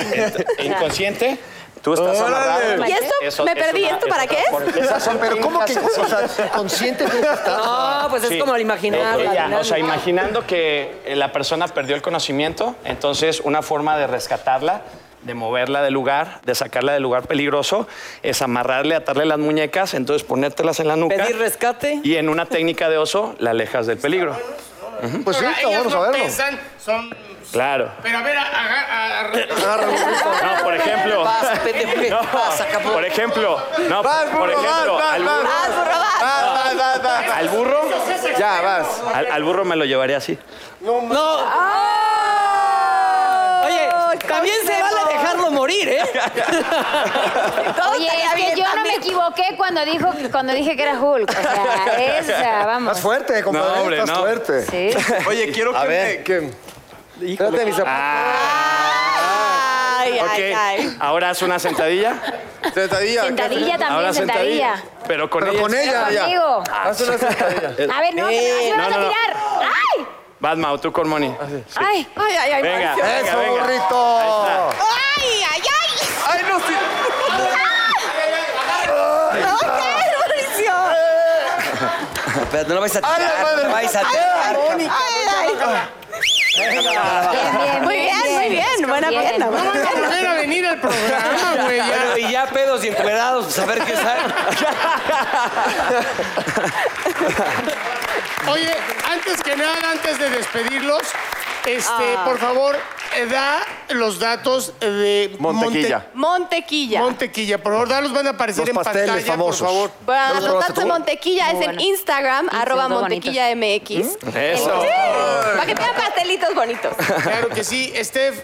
I: Inconsciente, tú estás amarrado.
H: ¿Y esto?
I: Eso-
H: ¿Me
I: es
H: perdí?
I: una-
H: ¿Esto para qué es?
F: Esas son, pero ¿cómo que, o sea, consciente de que estás?
B: No, pues es
I: Sí.
B: como al imaginar.
I: Eh,
B: la
I: ella, o sea,
B: dinámica.
I: imaginando que eh, la persona perdió el conocimiento, entonces una forma de rescatarla, de moverla del lugar, de sacarla del lugar peligroso, es amarrarle, atarle las muñecas, entonces ponértelas en la nuca.
B: Pedir rescate.
I: Y en una técnica de oso, la alejas del peligro.
F: Pues sí,
J: Ellas
F: vamos a
J: no
F: verlo.
J: pesan, son...
I: Claro.
J: Pero a ver, agarra...
I: No, por ejemplo.
B: Vas, pendejo, ¿qué
I: No,
B: pasa, cabrón?
I: por ejemplo. No,
C: Vas,
I: por
C: burro,
I: ejemplo.
C: vas,
I: Al
C: vas,
I: burro,
F: Ah,
C: vas. Vas, vas, vas, vas.
I: al burro,
C: Ya, vas.
I: al- al burro me lo llevaré así.
B: No. Oye, también se vale dejarlo morir, ¿eh?
G: Oye, es que yo no me equivoqué cuando dijo, cuando dije que era Hulk. O sea, es, o sea,
F: Más
G: vamos.
F: fuerte, compadre.
I: No, hombre,
F: más
I: no.
F: fuerte.
G: Sí.
C: Oye, quiero que
D: ver.
C: me... Que... Espérate, mis zapatos.
H: Ay, ay, ay.
I: Ah, Ok, ahora haz una sentadilla.
C: Sentadilla. ¿qué
G: Sentadilla también,
I: Ahora
G: sentadilla.
I: Pero con
F: Pero
I: ella.
F: con ella, ya.
G: Conmigo.
C: haces? Haz una sentadilla.
G: A ver, no,
H: Eh,
G: que me vas
I: no, no,
G: a
I: no.
G: tirar. ¡Ay!
I: Vas, Mau, tú con Moni.
G: ¡Ay!
H: Ay, ay, ay.
I: Venga,
H: Mauricio.
I: venga,
F: Eso,
I: venga.
F: burrito.
H: Ay, ay, ay.
C: Ay, no, sí.
H: Ok, Mauricio.
D: Espérate, no lo vais a tirar.
C: ¡A la
D: no
C: madre!
D: lo vais a tirar.
H: Ay, ay.
G: Bien, bien,
H: Muy bien, muy bien. Buena pierna. buena pierna.
J: No van a venir al programa, güey, ya.
D: Bueno, y ya pedos y encuerados, pues a ver qué sale.
J: Oye, antes que nada, antes de despedirlos,
F: Ah.
J: este, por favor, eh, da los datos de...
C: Montequilla.
H: Montequilla.
J: Monte- Montequilla, por favor, dalos, van a aparecer
F: Los
J: en
F: pasteles
J: pantalla,
F: famosos.
J: por favor.
H: Bueno,
F: ¿Ya los
H: los
F: probaste
H: datos de
F: tú?
H: Montequilla es
G: Muy
H: en
G: bueno.
H: Instagram,
G: Sí,
H: arroba
G: son muy bonitos.
H: Montequilla MX.
I: Eso.
H: Para que tenga pastelitos bonitos.
J: Claro que sí, Steph.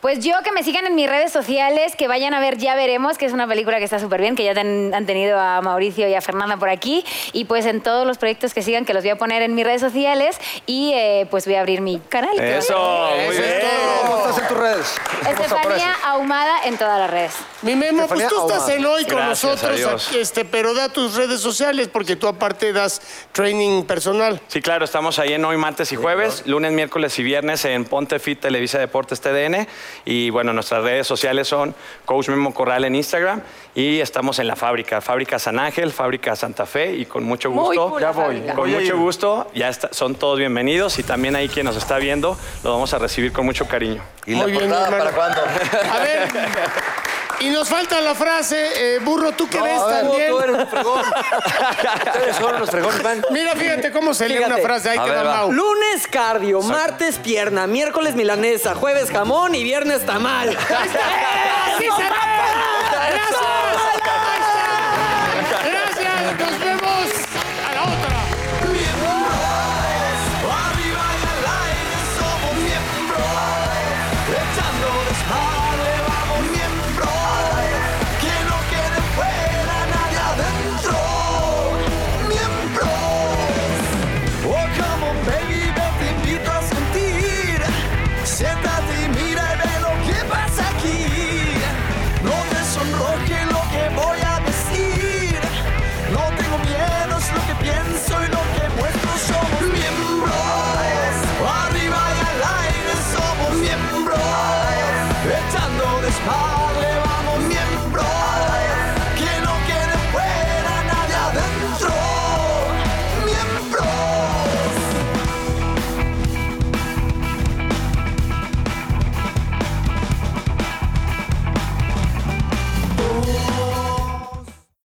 G: Pues yo que me sigan en mis redes sociales, que vayan a ver Ya Veremos, que es una película que está súper bien, que ya ten- han tenido a Mauricio y a Fernanda por aquí. Y pues en todos los proyectos que sigan, que los voy a poner en mis redes sociales. Y eh, pues voy a abrir mi canal. que va a
I: Eso, muy
J: Eso es
I: bien.
F: ¿Cómo estás en tus redes?
G: ser Estefanía Ahumada en todas las redes.
J: Mi Memo, pues
F: Estefanía
J: tú estás
F: Ahumada.
J: en hoy con
I: Gracias,
J: nosotros,
I: adiós.
J: aquí, este, pero da tus redes sociales porque tú aparte das training personal.
I: Sí, claro, estamos ahí en hoy martes y jueves, lunes, miércoles y viernes en Ponte Fit Televisa Deportes TDN. Y bueno, nuestras redes sociales son Coach Memo Corral en Instagram y estamos en la fábrica, Fábrica San Ángel, Fábrica Santa Fe y con mucho
H: Muy
I: gusto.
H: cool la Ya voy. fábrica.
I: Con mucho gusto, ya está- son todos bienvenidos y también ahí quien nos está viendo lo vamos a recibir con mucho cariño.
D: ¿Y la
J: Muy bien,
D: portada
J: hermano.
D: para cuándo?
J: A ver. Y nos falta la frase, eh, burro, ¿tú qué
E: Pues
J: ves también?
D: Tú eres un fregón. Tú eres solo los fregones, man.
J: Mira, fíjate cómo se lee
B: Fíjate.
J: una frase. Ahí
D: A
J: te
D: ver,
J: va,
D: va.
J: Mau.
B: Lunes cardio, martes pierna, miércoles milanesa, jueves jamón y viernes tamal.
J: ¡Sí, se va,